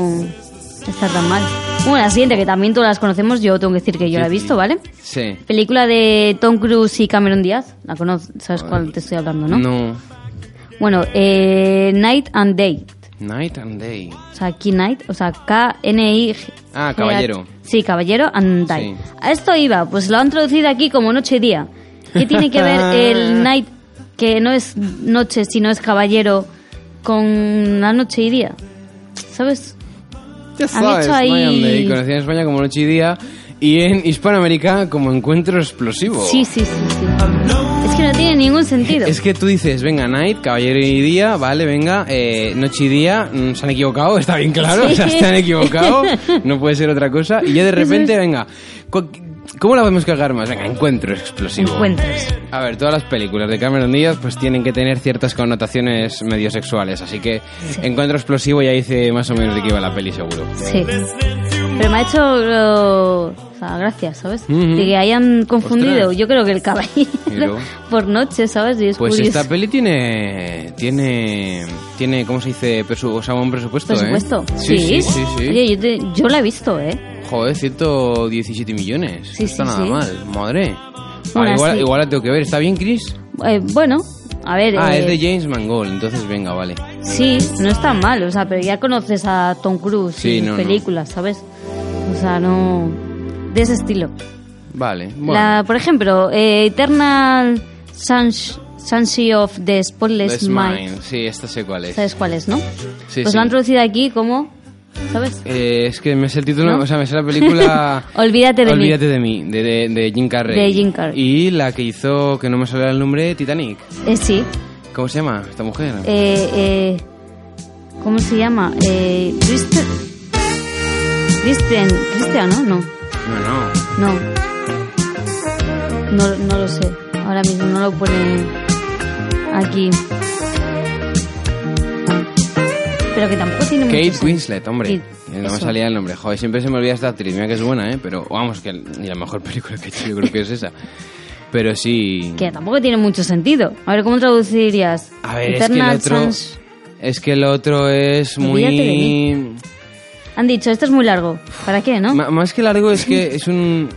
D: está tan mal. Bueno, la siguiente, que también todas las conocemos, yo tengo que decir que yo la he
A: Jet Li.
D: visto, ¿vale?
A: Sí.
D: Película de Tom Cruise y Cameron Díaz. La conoces, sabes cuál te estoy hablando, ¿no? Bueno, eh, Night and Day.
A: Night and Day.
D: O sea, Key Knight, o sea, K-N-I. -G-
A: Ah, caballero.
D: Sí, caballero and Day.
A: Sí.
D: A esto iba, pues lo han traducido aquí como noche y día. ¿Qué tiene que ver el Night, que no es noche, sino es caballero, con la noche y día? ¿Sabes?
A: Ya
D: sabes, hecho ahí-
A: Night and Day, conocida en España como Noche y Día y en Hispanoamérica como Encuentro Explosivo.
D: Sí, sí, sí, sí. Es que no tiene ningún sentido.
A: Es que tú dices, venga, Night, Caballero y Día, vale, venga, eh, Noche y Día, mm, se han equivocado, está bien claro,
D: Sí.
A: o sea, se han equivocado, no puede ser otra cosa. Y ya de repente, venga, cu- ¿cómo la podemos cagar más? Venga, Encuentro Explosivo.
D: Encuentros.
A: A ver, todas las películas de Cameron Díaz pues tienen que tener ciertas connotaciones medio sexuales, así que Encuentro Explosivo ya dice más o menos de qué iba la peli, seguro.
D: Sí. Pero me ha hecho lo- o sea, gracias, ¿sabes?
A: Ujú.
D: De que hayan confundido,
A: Ostras.
D: yo creo que el
A: Y luego.
D: caballero por noche, ¿sabes? Y es
A: Pues
D: curioso.
A: esta peli tiene, tiene, tiene, ¿cómo se dice? Presu- o sea, un presupuesto,
D: Por supuesto.
A: ¿eh? Sí, sí, sí. sí.
D: Oye, yo, te- yo la he visto, ¿eh?
A: Joder, 117 millones.
D: Sí,
A: no está
D: sí,
A: nada
D: sí.
A: mal, madre.
D: Bueno,
A: Ah, igual,
D: sí.
A: igual la tengo que ver. ¿Está bien, Chris?
D: Eh, bueno, a ver.
A: Ah,
D: eh,
A: es de James Mangold, entonces venga, vale.
D: Sí, no está mal, o sea, pero ya conoces a Tom Cruise
A: Sí,
D: y sus
A: no, no.
D: películas, ¿sabes? O sea, no. De ese estilo.
A: Vale, bueno.
D: La, por ejemplo, eh, Eternal Sunsh- Sunshine of the Spotless
A: That's
D: Mind.
A: mine. Sí, esta sé cuál es.
D: ¿Sabes cuál es, no?
A: Sí,
D: pues
A: sí.
D: lo han traducido aquí como. ¿Sabes?
A: Eh, es que me sé el título,
D: ¿No?
A: o sea, me sé la película...
D: Olvídate de mí.
A: Olvídate de mí, de, de, de Jim Carrey.
D: De Jim Carrey.
A: Y la que hizo, que no me sale el nombre, Titanic.
D: Eh, sí.
A: ¿Cómo se llama esta mujer?
D: Eh, eh, ¿Cómo se llama? Eh, Christian. Christian, Christian, ¿no? No.
A: No, no.
D: No. No, no lo sé. Ahora mismo no lo pone aquí. Pero que tampoco tiene mucho
A: Kate
D: sentido.
A: Winslet, hombre. Eh,
D: Kate-
A: No me
D: eso.
A: salía el nombre. Joder, siempre se me olvida esta actriz. Mira que es buena, ¿eh? Pero vamos, que ni la mejor película que he hecho yo creo que es esa. Pero sí...
D: Que tampoco tiene mucho sentido. A ver, ¿cómo traducirías?
A: A ver, es que el
D: Eternal
A: otro...
D: Suns-
A: Es que el otro es
D: Olvídate de
A: muy...
D: Han dicho, esto es muy largo. ¿Para qué, no?
A: Ma- más que largo es que es un...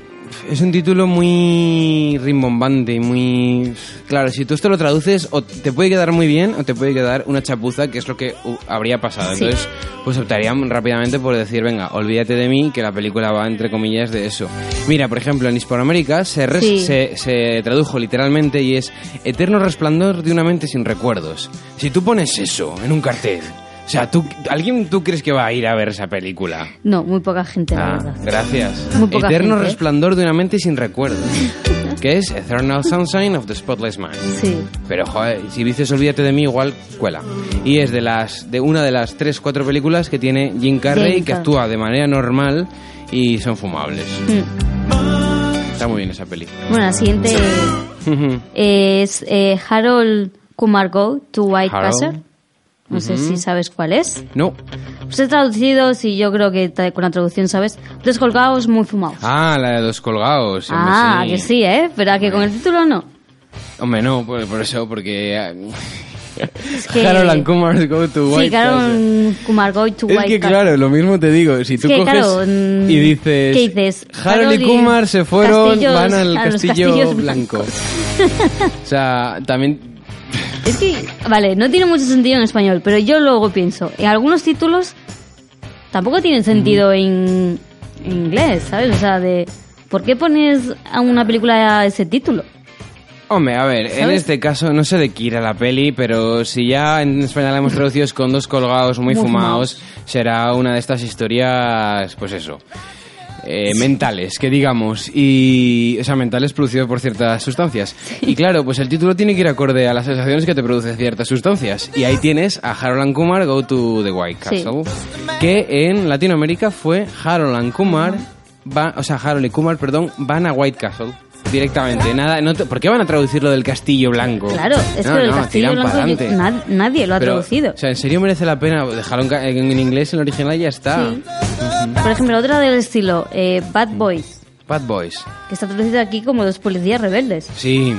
A: Es un título muy rimbombante y muy... Claro, si tú esto lo traduces, o te puede quedar muy bien o te puede quedar una chapuza, que es lo que uh, habría pasado.
D: Sí.
A: Entonces, pues optarían rápidamente por decir, venga, olvídate de mí, que la película va, entre comillas, de eso. Mira, por ejemplo, en Hispanoamérica se, res-
D: Sí.
A: se, se tradujo literalmente y es Eterno resplandor de una mente sin recuerdos. Si tú pones eso en un cartel... O sea, ¿tú, ¿alguien tú crees que va a ir a ver esa película?
D: No, muy poca gente, la
A: Ah,
D: verdad.
A: gracias.
D: Muy poca
A: Eterno
D: gente, ¿eh?
A: resplandor de una mente sin recuerdos. que es Eternal Sunshine of the Spotless Mind.
D: Sí.
A: Pero joder, si dices olvídate de mí, igual cuela. Y es de las de una de las tres, cuatro películas que tiene Jim Carrey
D: Jim
A: que
D: Carrey.
A: actúa de manera normal y son fumables.
D: Mm.
A: Está muy bien esa peli.
D: Bueno, la siguiente es eh, Harold Kumar Go to White
A: Harold.
D: Castle. No sé si sabes cuál es.
A: no.
D: Pues he traducido, sí, yo creo que tra- con la traducción, ¿sabes? Descolgados, muy fumados.
A: Ah, la de los colgados. hombre,
D: Ah, que sí, ¿eh? Pero a que con el título no.
A: Hombre, no, por, por eso, porque. ah,
D: Es que...
A: Harold and Kumar go to White
D: Sí,
A: Castle.
D: Harold Kumar Go to
A: Es
D: White
A: que
D: Castle.
A: claro, lo mismo te digo, si tú
D: que,
A: coges
D: claro, mm,
A: y dices,
D: ¿qué dices?
A: Harold
D: Harold
A: y
D: y
A: Kumar se fueron,
D: castillos-
A: van al
D: a los
A: castillo
D: castillos
A: blanco. o sea, también
D: Es que, vale, no tiene mucho sentido en español, pero yo luego pienso, en algunos títulos tampoco tienen sentido en, en inglés, ¿sabes? O sea, de ¿por qué pones a una película ese título?
A: Hombre, a ver, en
D: ¿Sabes?
A: este caso no sé de qué irá la peli, pero si ya en España la hemos traducido es con dos colgados muy,
D: Muy
A: fumados, será una de estas historias, pues eso, eh, mentales, que digamos, y, o sea, mentales producidos por ciertas sustancias. Y claro, pues el título tiene que ir acorde a las sensaciones que te producen ciertas sustancias. Y ahí tienes a Harold and Kumar Go to the White
D: Sí.
A: Castle, que en Latinoamérica fue Harold and Kumar, va, o sea, Harold y Kumar, perdón, van a White Castle. Directamente, nada, no te- ¿por qué van a traducir lo del castillo blanco?
D: Claro, es
A: Oh. No,
D: que el
A: no,
D: Castillo
A: tiran
D: Blanco
A: pa'lante.
D: yo- nad- nadie lo ha
A: Pero,
D: traducido.
A: O sea, ¿en serio merece la pena dejarlo en, ca- en inglés, en el original y ya está?
D: Sí. Por ejemplo, otra del estilo eh, Bad Boys,
A: Bad Boys.
D: que está traducida aquí como dos policías rebeldes.
A: Sí.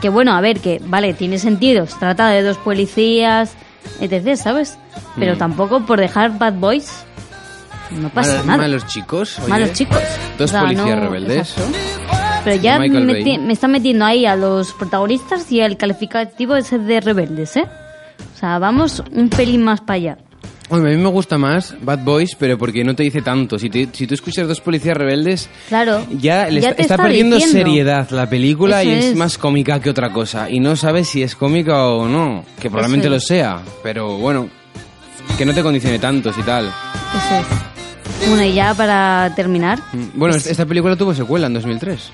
D: Que bueno, a ver, que vale, tiene sentido. se Trata de dos policías, etc., ¿sabes? Pero
A: Mm.
D: tampoco por dejar Bad Boys no pasa
A: Mal-
D: nada.
A: Malos chicos. oye.
D: Malos chicos.
A: Dos
D: O sea,
A: policías
D: no-
A: rebeldes.
D: exacto. Pero ya
A: Michael Bay.
D: meti- me están metiendo ahí a los protagonistas y el calificativo es el de rebeldes, ¿eh? O sea, vamos un pelín más para allá.
A: Hombre, a mí me gusta más Bad Boys, pero porque no te dice tanto. Si, te- si tú escuchas dos policías rebeldes,
D: Claro,
A: ya, le
D: ya
A: está,
D: te
A: está
D: está
A: perdiendo
D: diciendo.
A: seriedad la película y
D: Eso
A: es,
D: es.
A: más cómica que otra cosa. Y no sabes si es cómica o no, que probablemente
D: es.
A: lo sea, pero bueno, que no te condicione tanto y tal.
D: Eso es. Bueno, y ya para terminar,
A: Mm, Bueno,
D: Pues-
A: es- esta película tuvo secuela en 2003,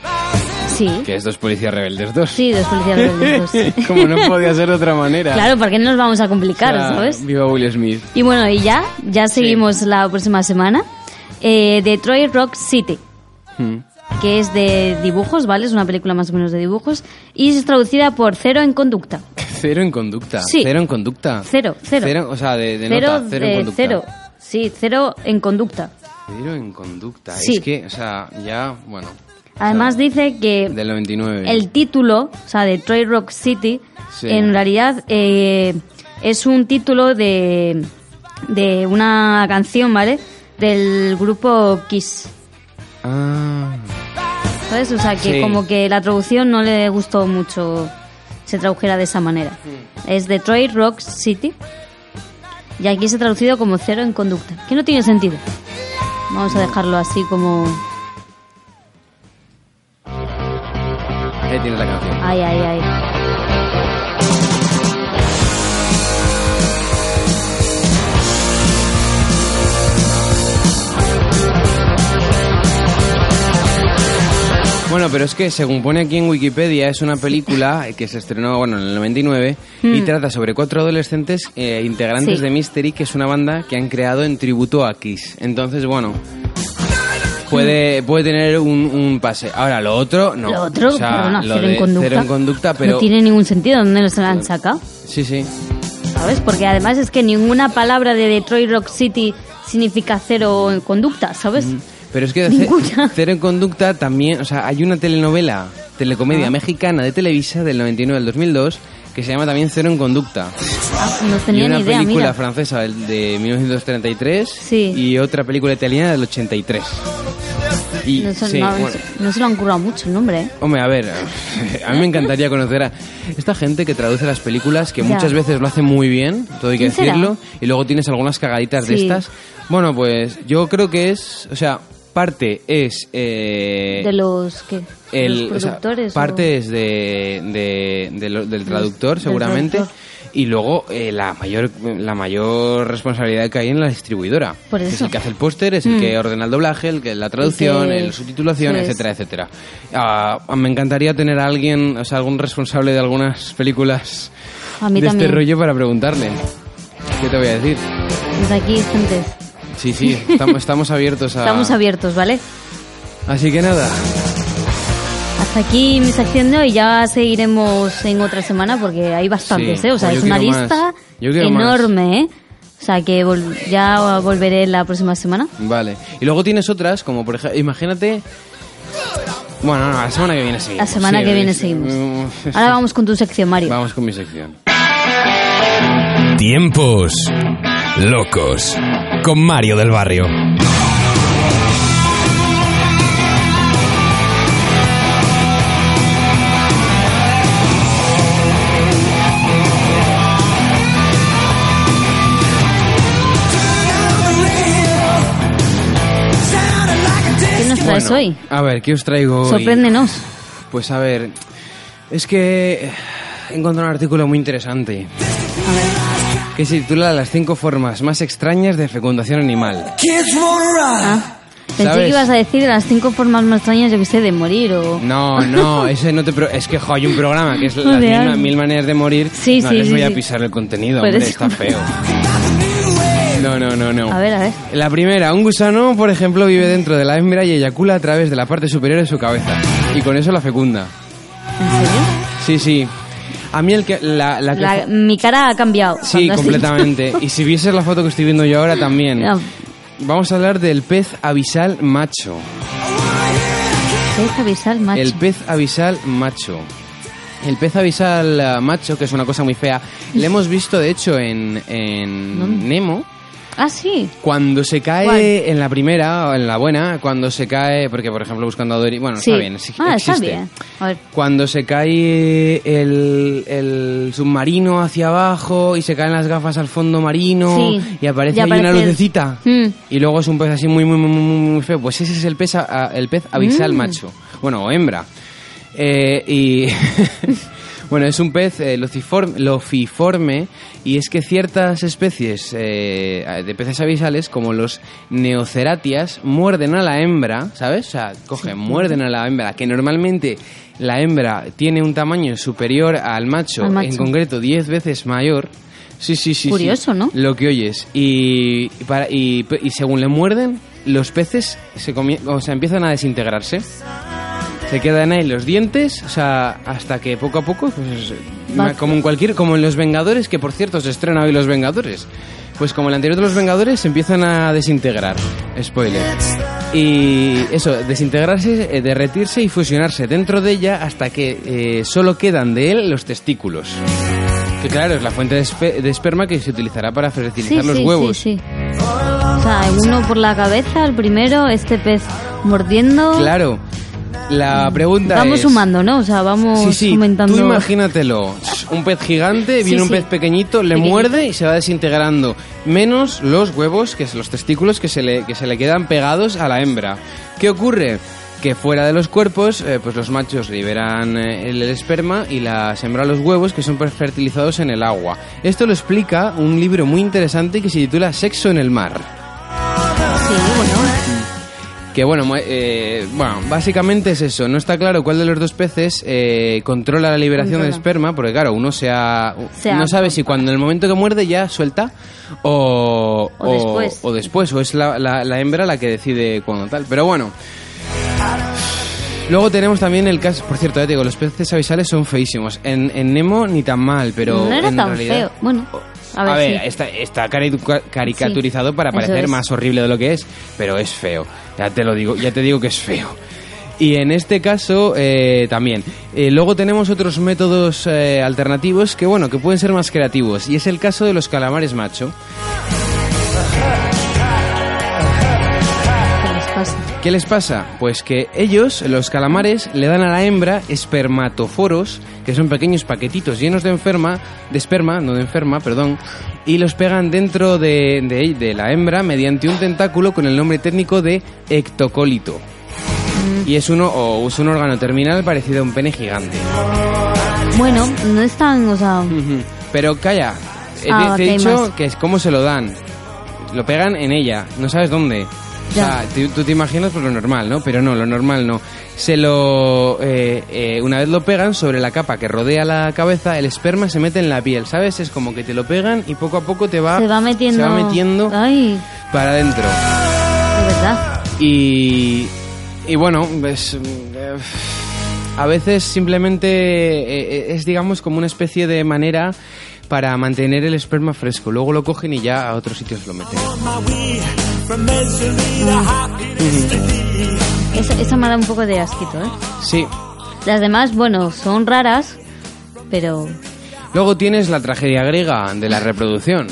D: sí.
A: que es Dos policías rebeldes 2.
D: Sí, dos policías rebeldes. dos.
A: Como no podía ser de otra manera.
D: Claro, porque no nos vamos a complicar,
A: O sea,
D: ¿sabes?
A: Viva Will Smith.
D: Y bueno, y ya, ya seguimos la próxima semana. Eh, Detroit Rock City,
A: Mm.
D: que es de dibujos, ¿vale? Es una película más o menos de dibujos. Y es traducida por Cero en Conducta.
A: Cero en conducta.
D: Sí.
A: Cero en conducta.
D: Cero, cero.
A: o sea, de, de nota, cero en
D: eh,
A: conducta.
D: cero. Sí, cero en conducta.
A: Cero en conducta.
D: Sí.
A: Es que, o sea, ya, bueno,
D: Además dice que
A: del 99.
D: el título, o sea, de Troy Rock City,
A: Sí.
D: en realidad eh, es un título de, de una canción, ¿vale? Del grupo Kiss.
A: Ah,
D: ¿Sabes? O sea, que
A: Sí.
D: como que la traducción no le gustó mucho se tradujera de esa manera. Es Detroit Rock City. Y aquí se ha traducido como cero en conducta. Que no tiene sentido. Vamos a dejarlo así como...
A: ahí tienes la canción.
D: Ay, ay, ay.
A: Bueno, pero es que según pone aquí en Wikipedia, es una película que se estrenó, bueno, en el 99 y trata sobre cuatro adolescentes eh, integrantes
D: Mm. Sí.
A: de Mystery, que es una banda que han creado en tributo a Kiss. Entonces, bueno... Puede, puede tener un, un pase. Ahora, lo otro, no.
D: Lo otro,
A: O sea,
D: perdona,
A: lo
D: cero
A: de
D: en conducta.
A: cero en conducta, pero...
D: No tiene ningún sentido dónde los han sacado,
A: Sí, sí.
D: ¿sabes? Porque además es que ninguna palabra de Detroit Rock City significa cero en conducta, ¿sabes?
A: Pero es que ce-
D: Ninguna.
A: Cero en Conducta también, o sea, hay una telenovela,
D: Ah.
A: telecomedia mexicana de Televisa del 99 al 2002 que se llama también Cero en Conducta.
D: Ah, no
A: y
D: tenía
A: una
D: ni idea,
A: película
D: mira.
A: francesa del- de 1933
D: Sí.
A: y otra película italiana del 83. Y,
D: No, se-
A: sí,
D: no-
A: bueno.
D: no se lo han currado mucho el nombre, ¿eh?
A: Hombre, a ver, a mí me encantaría conocer a esta gente que traduce las películas, que
D: Ya.
A: muchas veces lo hace muy bien, todo hay que
D: ¿Quién será?
A: decirlo, y luego tienes algunas cagaditas de
D: Sí.
A: estas. Bueno, pues yo creo que es, o sea, parte es... eh,
D: de los que
A: el, o
D: los
A: sea,
D: productores o-
A: parte es de, de- de lo- del traductor
D: del
A: seguramente
D: traductor.
A: y luego eh, la mayor la mayor responsabilidad que hay en la distribuidora
D: Por
A: Que es
D: eso. Mm.
A: el que hace el póster es el que ordena el doblaje el que la
D: El
A: traducción
D: que-
A: el subtitulación
D: eso es.
A: etcétera etcétera Ah, me encantaría tener a alguien o sea algún responsable de algunas películas
D: a mí
A: de
D: también
A: este rollo para preguntarle qué te voy a decir
D: desde Pues aquí gente
A: sí sí estamos, estamos abiertos a
D: estamos abiertos vale
A: así que nada
D: hasta aquí mi sección de hoy ya seguiremos en otra semana porque hay bastantes
A: Sí.
D: eh o sea
A: Pues yo
D: es una
A: quiero más.
D: lista
A: Yo quiero más.
D: enorme eh o sea que vol- ya volveré la próxima semana
A: Vale. Y luego tienes otras, como por ejemplo, imagínate... Bueno, no, la semana que viene seguimos.
D: La semana que viene seguimos.
A: Mm,
D: ahora vamos con tu sección Mario
A: Vamos con mi sección.
B: Tiempos locos con Mario del Barrio.
E: Turn on the radio.
D: traes hoy?
A: A ver, ¿qué os traigo hoy?
D: Sorpréndenos.
A: Pues a ver, es que eh, he encontrado un artículo muy interesante que se titula Las cinco formas más extrañas de fecundación animal.
D: Ah, pensé
A: ¿Sabes?
D: que ibas a decir las cinco formas más extrañas, yo que sé, de morir o...
A: No, no, ese no te pro- es que jo, hay un programa que es las
D: Joder.
A: mil, ma- mil maneras de morir.
D: Sí,
A: no,
D: sí,
A: les
D: sí,
A: voy a
D: sí.
A: pisar el contenido,
D: Pero
A: hombre,
D: es
A: está
D: como-
A: feo. No, no, no, no.
D: A ver, a ver.
A: La primera, un gusano, por ejemplo, vive dentro de la hembra y eyacula a través de la parte superior de su cabeza. Y con eso la fecunda.
D: ¿En serio?
A: Sí, sí. A mí el que... La, la que
D: La- mi cara ha cambiado.
A: Sí,
D: cuando has
A: completamente. Y si vieses la foto que estoy viendo yo ahora también.
D: No.
A: Vamos a hablar del pez avisal macho.
D: dicho- Deja avisar, macho.
A: El pez avisal macho. El pez avisal eh, macho, que es una cosa muy fea, le hemos visto de hecho en, en Nemo.
D: Ah, sí.
A: Cuando se cae
D: ¿Cuál?
A: en la primera, o en la buena, cuando se cae, porque por ejemplo buscando a Dory, bueno,
D: sí.
A: está bien, sí,
D: ah,
A: existe.
D: está bien. A ver.
A: Cuando se cae el, el submarino hacia abajo y se caen las gafas al fondo marino
D: Sí.
A: y aparece
D: Y
A: ahí una
D: aparece el-
A: lucecita
D: Mm.
A: y luego es un pez así muy muy muy muy, muy feo, pues ese es el pez, a- el pez
D: Mm.
A: abisal macho, bueno, o hembra. Eh, y bueno, es un pez eh, lociform- lofiforme y es que ciertas especies eh, de peces abisales como los neoceratias muerden a la hembra, ¿sabes? O sea, cogen, muerden a la hembra, que normalmente la hembra tiene un tamaño superior al macho,
D: Al macho.
A: en concreto 10 veces mayor. Sí, sí, sí. sí.
D: Curioso, ¿no?
A: Lo que oyes. Y, y para, y, y según le muerden, los peces se comie- o sea, empiezan a desintegrarse. Se quedan ahí los dientes, o sea, hasta que poco a poco, pues,
D: Va-
A: ma- como en cualquier, como en Los Vengadores, que por cierto se estrena hoy Los Vengadores, pues como el anterior de Los Vengadores se empiezan a desintegrar, spoiler. Y eso, desintegrarse, eh, derretirse y fusionarse dentro de ella hasta que eh, solo quedan de él los testículos. Que claro, es la fuente de, espe- de esperma que se utilizará para
D: Sí,
A: fertilizar los
D: sí,
A: huevos.
D: sí, sí. O sea, uno por la cabeza, el primero, este pez mordiendo.
A: Claro. La pregunta
D: Vamos
A: es...
D: sumando, ¿no? O sea, vamos
A: Sí, sí,
D: comentando.
A: tú imagínatelo. Un pez gigante, viene un
D: sí.
A: pez pequeñito, le
D: Pequeñito.
A: muerde y se va desintegrando. Menos los huevos, que es los testículos que se le, que se le quedan pegados a la hembra. ¿Qué ocurre? Que fuera de los cuerpos, eh, pues los machos liberan eh, el esperma y la hembra los huevos que son fertilizados en el agua. Esto lo explica un libro muy interesante que se titula Sexo en el mar.
D: Sí, bueno.
A: Que bueno, mu- eh, bueno, básicamente es eso. No está claro cuál de los dos peces eh, controla la liberación de
D: Controla.
A: esperma, porque claro, uno se ha,
D: Se ha-
A: no sabe si cuando en el momento que muerde ya suelta o,
D: O después.
A: o después, o es la, la- la hembra la que decide cuando tal. Pero bueno. Luego tenemos también el caso, por cierto, ya te digo, los peces avisales son feísimos. En, en Nemo ni tan mal, pero
D: no era
A: en
D: tan
A: realidad-
D: feo. Bueno, a ver. sí.
A: está, está cari- ca- caricaturizado
D: Sí,
A: para
D: eso
A: parecer
D: es.
A: más horrible de lo que es, pero es feo. Ya te lo digo, ya te digo que es feo. Y en este caso eh, también. Eh, luego tenemos otros métodos eh, alternativos que bueno que pueden ser más creativos. Y es el caso de los calamares macho.
D: ¿Qué les pasa?
A: ¿Qué les pasa? Pues que ellos, los calamares, le dan a la hembra espermatoforos, que son pequeños paquetitos llenos de enferma, de esperma, no de enferma, perdón, y los pegan dentro de, de- de la hembra mediante un tentáculo con el nombre técnico de ectocólito. Y es uno o es un órgano terminal parecido a un pene gigante.
D: Bueno, no es tan, o sea,
A: Ujú. Pero calla, he-
D: Ah,
A: te he
D: ok,
A: dicho
D: más.
A: que es cómo se lo dan. Lo pegan en ella, no sabes dónde. O sea, tú, tú te imaginas pues, lo normal, ¿no? Pero no, lo normal no. Se lo... eh, eh, una vez lo pegan sobre la capa que rodea la cabeza, el esperma se mete en la piel, ¿sabes? Es como que te lo pegan y poco a poco te va...
D: se va metiendo.
A: Ah, Se va metiendo
D: Ay,
A: para adentro.
D: de verdad.
A: Y, y bueno, pues, eh, a veces simplemente eh, eh, es, digamos, como una especie de manera para mantener el esperma fresco. Luego lo cogen y ya a otros sitios lo meten.
D: Esa, esa me da un poco de asquito, ¿eh?
A: Sí.
D: Las demás, bueno, son raras, pero
A: Luego tienes la tragedia griega de la reproducción.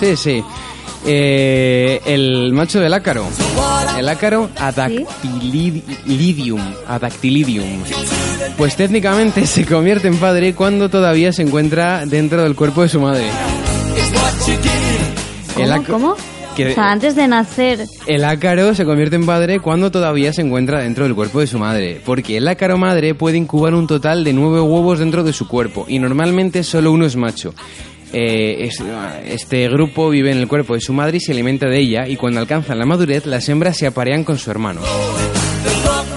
A: Sí, sí. Eh, el macho del ácaro. El ácaro adactylidium. Adactylidium. Pues técnicamente se convierte en padre cuando todavía se encuentra dentro del cuerpo de su madre.
D: ¿Cómo?
A: El ac-
D: ¿Cómo?
A: que
D: O sea, antes de nacer,
A: el ácaro se convierte en padre cuando todavía se encuentra dentro del cuerpo de su madre, porque el ácaro madre puede incubar un total de nueve huevos dentro de su cuerpo y normalmente solo uno es macho. Eh, es- este grupo vive en el cuerpo de su madre y se alimenta de ella y cuando alcanzan la madurez las hembras se aparean con su hermano.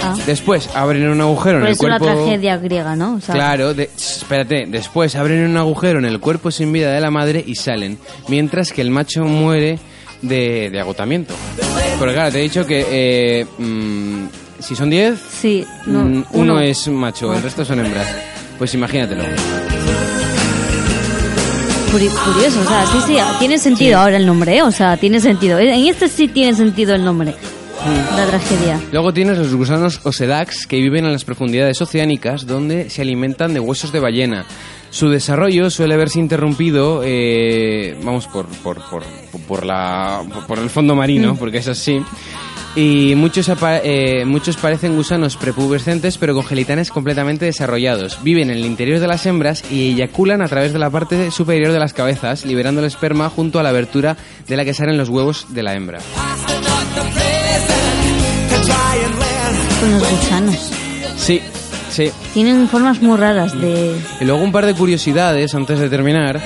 D: Ah.
A: Después abren un agujero
D: por
A: en el
D: eso la
A: cuerpo...
D: tragedia griega, ¿no? O sea,
A: Claro, de- espérate, después abren un agujero en el cuerpo sin vida de la madre y salen, mientras que el macho muere de, de agotamiento. Porque claro, te he dicho que eh, mm, si son 10,
D: Sí, no,
A: mm,
D: uno.
A: uno. es macho, el resto son hembras. Pues imagínatelo.
D: Curi- curioso, o sea, sí, sí, tiene sentido ahora el nombre, ¿eh? O sea, tiene sentido. En este sí tiene sentido el nombre.
A: Mm.
D: La tragedia.
A: Luego tienes los gusanos osedax que viven en las profundidades oceánicas donde se alimentan de huesos de ballena. Su desarrollo suele verse interrumpido, eh, vamos, por, por, por, por, la, por el fondo marino, porque es así. Y muchos, apa- eh, muchos parecen gusanos prepubescentes pero con gelitanes completamente desarrollados. Viven en el interior de las hembras y eyaculan a través de la parte superior de las cabezas, liberando el esperma junto a la abertura de la que salen los huevos de la hembra.
D: Con los gusanos.
A: Sí, sí,
D: Tienen formas muy raras de...
A: Y luego un par de curiosidades antes de terminar.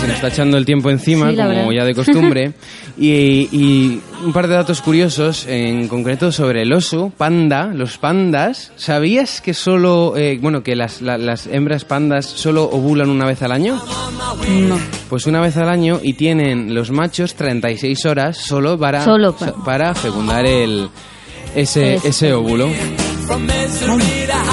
A: Se nos está echando el tiempo encima,
D: Sí, la
A: como
D: verdad.
A: ya de costumbre. y, y un par de datos curiosos, en concreto sobre el oso, panda, los pandas. ¿Sabías que solo, eh, bueno, que las, la- las hembras pandas solo ovulan una vez al año?
D: No.
A: Pues una vez al año y tienen los machos 36 horas solo para,
D: Solo pa-
A: so- para fecundar el, ese,
D: Ese.
A: ese óvulo.
D: Vaya,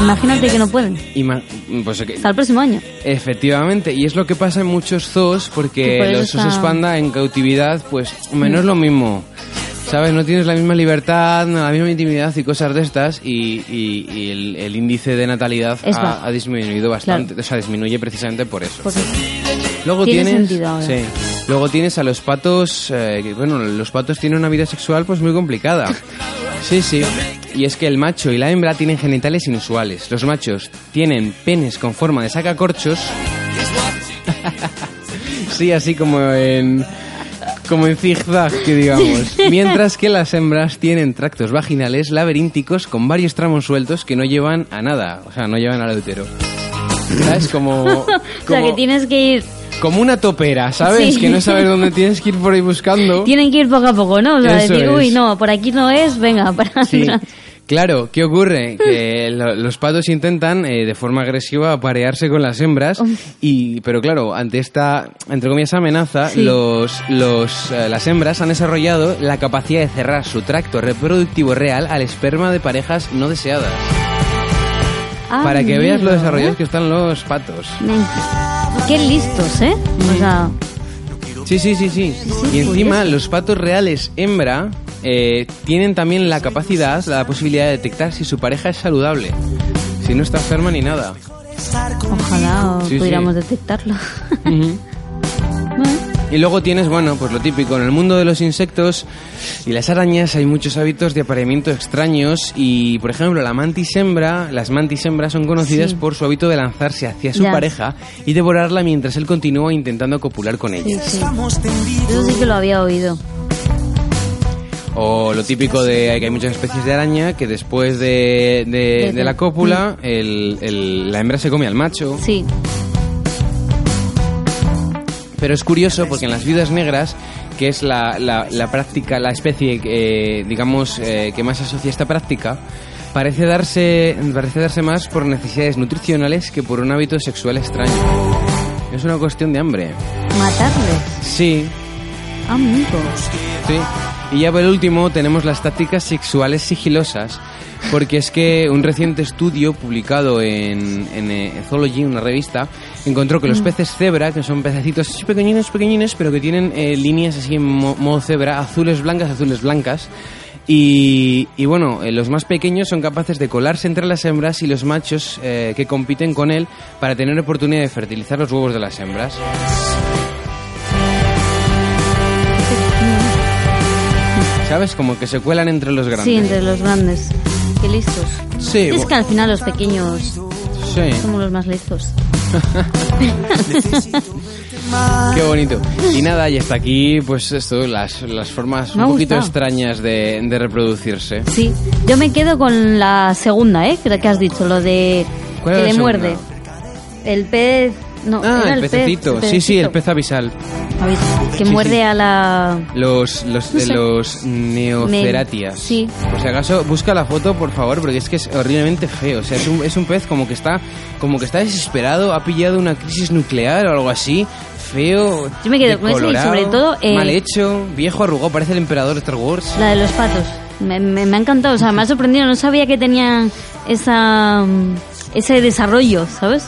D: Imagínate que no pueden.
A: Y ma- pues, que-
D: Hasta el próximo año.
A: Efectivamente, y es lo que pasa en muchos zoos
D: Que
A: porque
D: por eso
A: los osos
D: está-
A: panda en cautividad, pues hombre, no es lo mismo. ¿Sabes? No tienes la misma libertad, no la misma intimidad y cosas de estas, y, y- y el, el índice de natalidad
D: Es
A: ha,
D: bajo.
A: ha disminuido bastante, o sea, disminuye precisamente por eso.
D: Porque
A: Luego
D: Tiene
A: tienes,
D: sentido ahora.
A: sí. luego tienes a los patos, eh, que, bueno, los patos tienen una vida sexual pues muy complicada. Sí, sí. Y es que el macho y la hembra tienen genitales inusuales. Los machos tienen penes con forma de sacacorchos. sí, así como en como en zigzag, que digamos. Mientras que las hembras tienen tractos vaginales laberínticos con varios tramos sueltos que no llevan a nada, o sea, no llevan al útero. ¿Sabes? Como,
D: O sea, que
A: como-
D: tienes que ir...
A: como una topera, ¿sabes?
D: Sí.
A: Que no sabes dónde tienes que ir por ahí buscando.
D: Tienen que ir poco a poco, ¿no? O sea,
A: Eso
D: decir,
A: es.
D: uy, no, por aquí no es, venga, para
A: Sí.
D: atrás.
A: Claro, ¿qué ocurre? Que lo- los patos intentan eh, de forma agresiva aparearse con las hembras, y, pero claro, ante esta, entre comillas, amenaza,
D: Sí.
A: los, los, eh, las hembras han desarrollado la capacidad de cerrar su tracto reproductivo real al esperma de parejas no deseadas.
D: Ah,
A: para que
D: mira.
A: veas lo desarrollados que están los patos.
D: Me- Qué listos, ¿eh? O sea,
A: Sí, sí, sí, sí.
D: sí,
A: Y encima los patos reales hembra eh, tienen también la capacidad, la posibilidad de detectar si su pareja es saludable. Si no está enferma ni nada.
D: ojalá
A: Sí, sí.
D: pudiéramos detectarlo. Bueno.
A: Y luego tienes, bueno, pues lo típico, en el mundo de los insectos y las arañas hay muchos hábitos de apareamiento extraños y, por ejemplo, la mantis hembra, las mantis hembras son conocidas
D: Sí.
A: por su hábito de lanzarse hacia su
D: Ya.
A: pareja y devorarla mientras él continúa intentando copular con ella.
D: Sí, sí. Eso sí que lo había oído.
A: O lo típico de que hay muchas especies de araña que después de, de- Mm. de la cópula el- el- la hembra se come al macho.
D: Sí,
A: Pero es curioso porque en las viudas negras, que es la, la- la práctica, la especie, eh, digamos, eh, que más asocia esta práctica, parece darse, parece darse más por necesidades nutricionales que por un hábito sexual extraño. Es una cuestión de hambre.
D: matarles.
A: Sí,
D: Amigo.
A: Sí. Y ya por último tenemos las tácticas sexuales sigilosas, porque es que un reciente estudio publicado en, en, eh, Zoology, una revista, encontró que
D: Mm.
A: los peces cebra, que son pececitos así pequeñinos, pequeñinos, pero que tienen eh, líneas así en mo- modo cebra, azules blancas, azules blancas, y, y bueno, eh, los más pequeños son capaces de colarse entre las hembras y los machos eh, que compiten con él para tener oportunidad de fertilizar los huevos de las hembras. ¿Sabes? Como que se cuelan entre los grandes.
D: Sí, entre los grandes. Qué listos.
A: Sí,
D: es
A: bo-
D: que al final los pequeños
A: sí.
D: somos los más listos.
A: Qué bonito. Y nada, y hasta aquí, pues esto, las, las formas
D: Me ha
A: un poquito
D: gustado.
A: extrañas de, de reproducirse.
D: Sí, yo me quedo con la segunda, ¿eh? Que que has dicho, lo de que
A: ¿Cuál era
D: le
A: la segunda?
D: muerde. El pez... No,
A: Ah,
D: era
A: el
D: pez,
A: pececito. sí, sí, el
D: pececito.
A: pez abisal.
D: A ver, que
A: Sí,
D: muerde
A: sí.
D: a la...
A: Los, los,
D: No
A: de
D: sé.
A: los neoceratias.
D: Me- sí.
A: Por si acaso, busca la foto, por favor, porque es que es horriblemente feo. O sea, es un, es un pez como que está como que está desesperado, ha pillado una crisis nuclear o algo así. Feo.
D: Yo me quedo con eso y
A: decolorado,
D: sobre todo, eh,
A: mal hecho, viejo, arrugado, parece el emperador de Star Wars.
D: La de los patos. Me, me- me ha encantado, o sea, me ha sorprendido. No sabía que tenían esa, mm, ese desarrollo, ¿sabes?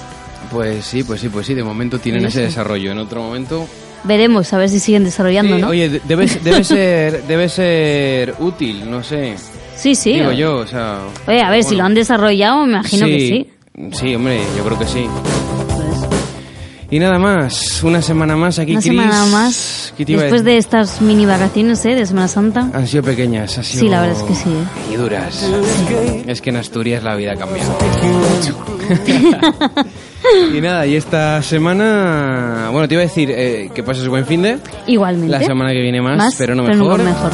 A: Pues sí, pues sí, pues sí. De momento tienen
D: No
A: ese
D: sé.
A: desarrollo. En otro momento.
D: Veremos, a ver si siguen desarrollando,
A: Sí,
D: ¿no?
A: Oye, de- debe, ser- debe ser, debe ser útil, no sé.
D: sí, sí.
A: Digo yo, o sea.
D: Oye, a ver, si lo
A: bueno.
D: han desarrollado, me imagino que sí. Pues.
A: Sí, hombre, yo creo que sí. Y nada más, una semana más aquí,
D: Una
A: Cris.
D: semana más.
A: ¿Qué te iba a
D: Después de
A: decir?
D: estas mini vacaciones, ¿eh? De Semana Santa.
A: Han sido pequeñas, ha sido...
D: Sí, la verdad es que sí, ¿eh?
A: Y duras. Es que en Asturias la vida cambia. y nada, y esta semana... Bueno, te iba a decir eh, que pases buen fin de...
D: Igualmente.
A: La semana que viene más, pero no
D: con
A: mejor.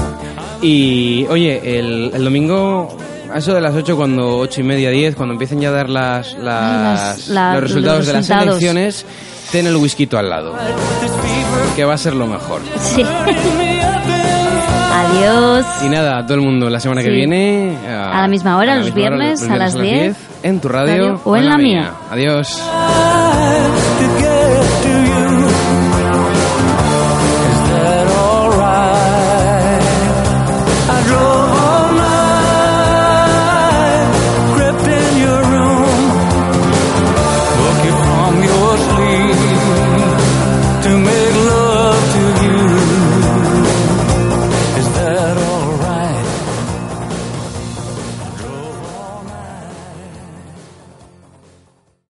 A: Y oye, el, el domingo, a eso de las 8, cuando 8 y media, 10, cuando empiecen ya a dar las, las-
D: Las- la-
A: los resultados
D: los
A: de las
D: resultados.
A: elecciones, ten el whisky al lado. Que va a ser lo mejor.
D: Sí. Adiós.
A: Y nada, a todo el mundo, la semana que
D: Sí.
A: viene. A,
D: A la misma hora, los viernes, a las 10,
A: en tu radio,
D: radio o en la mía.
A: Adiós.
E: together.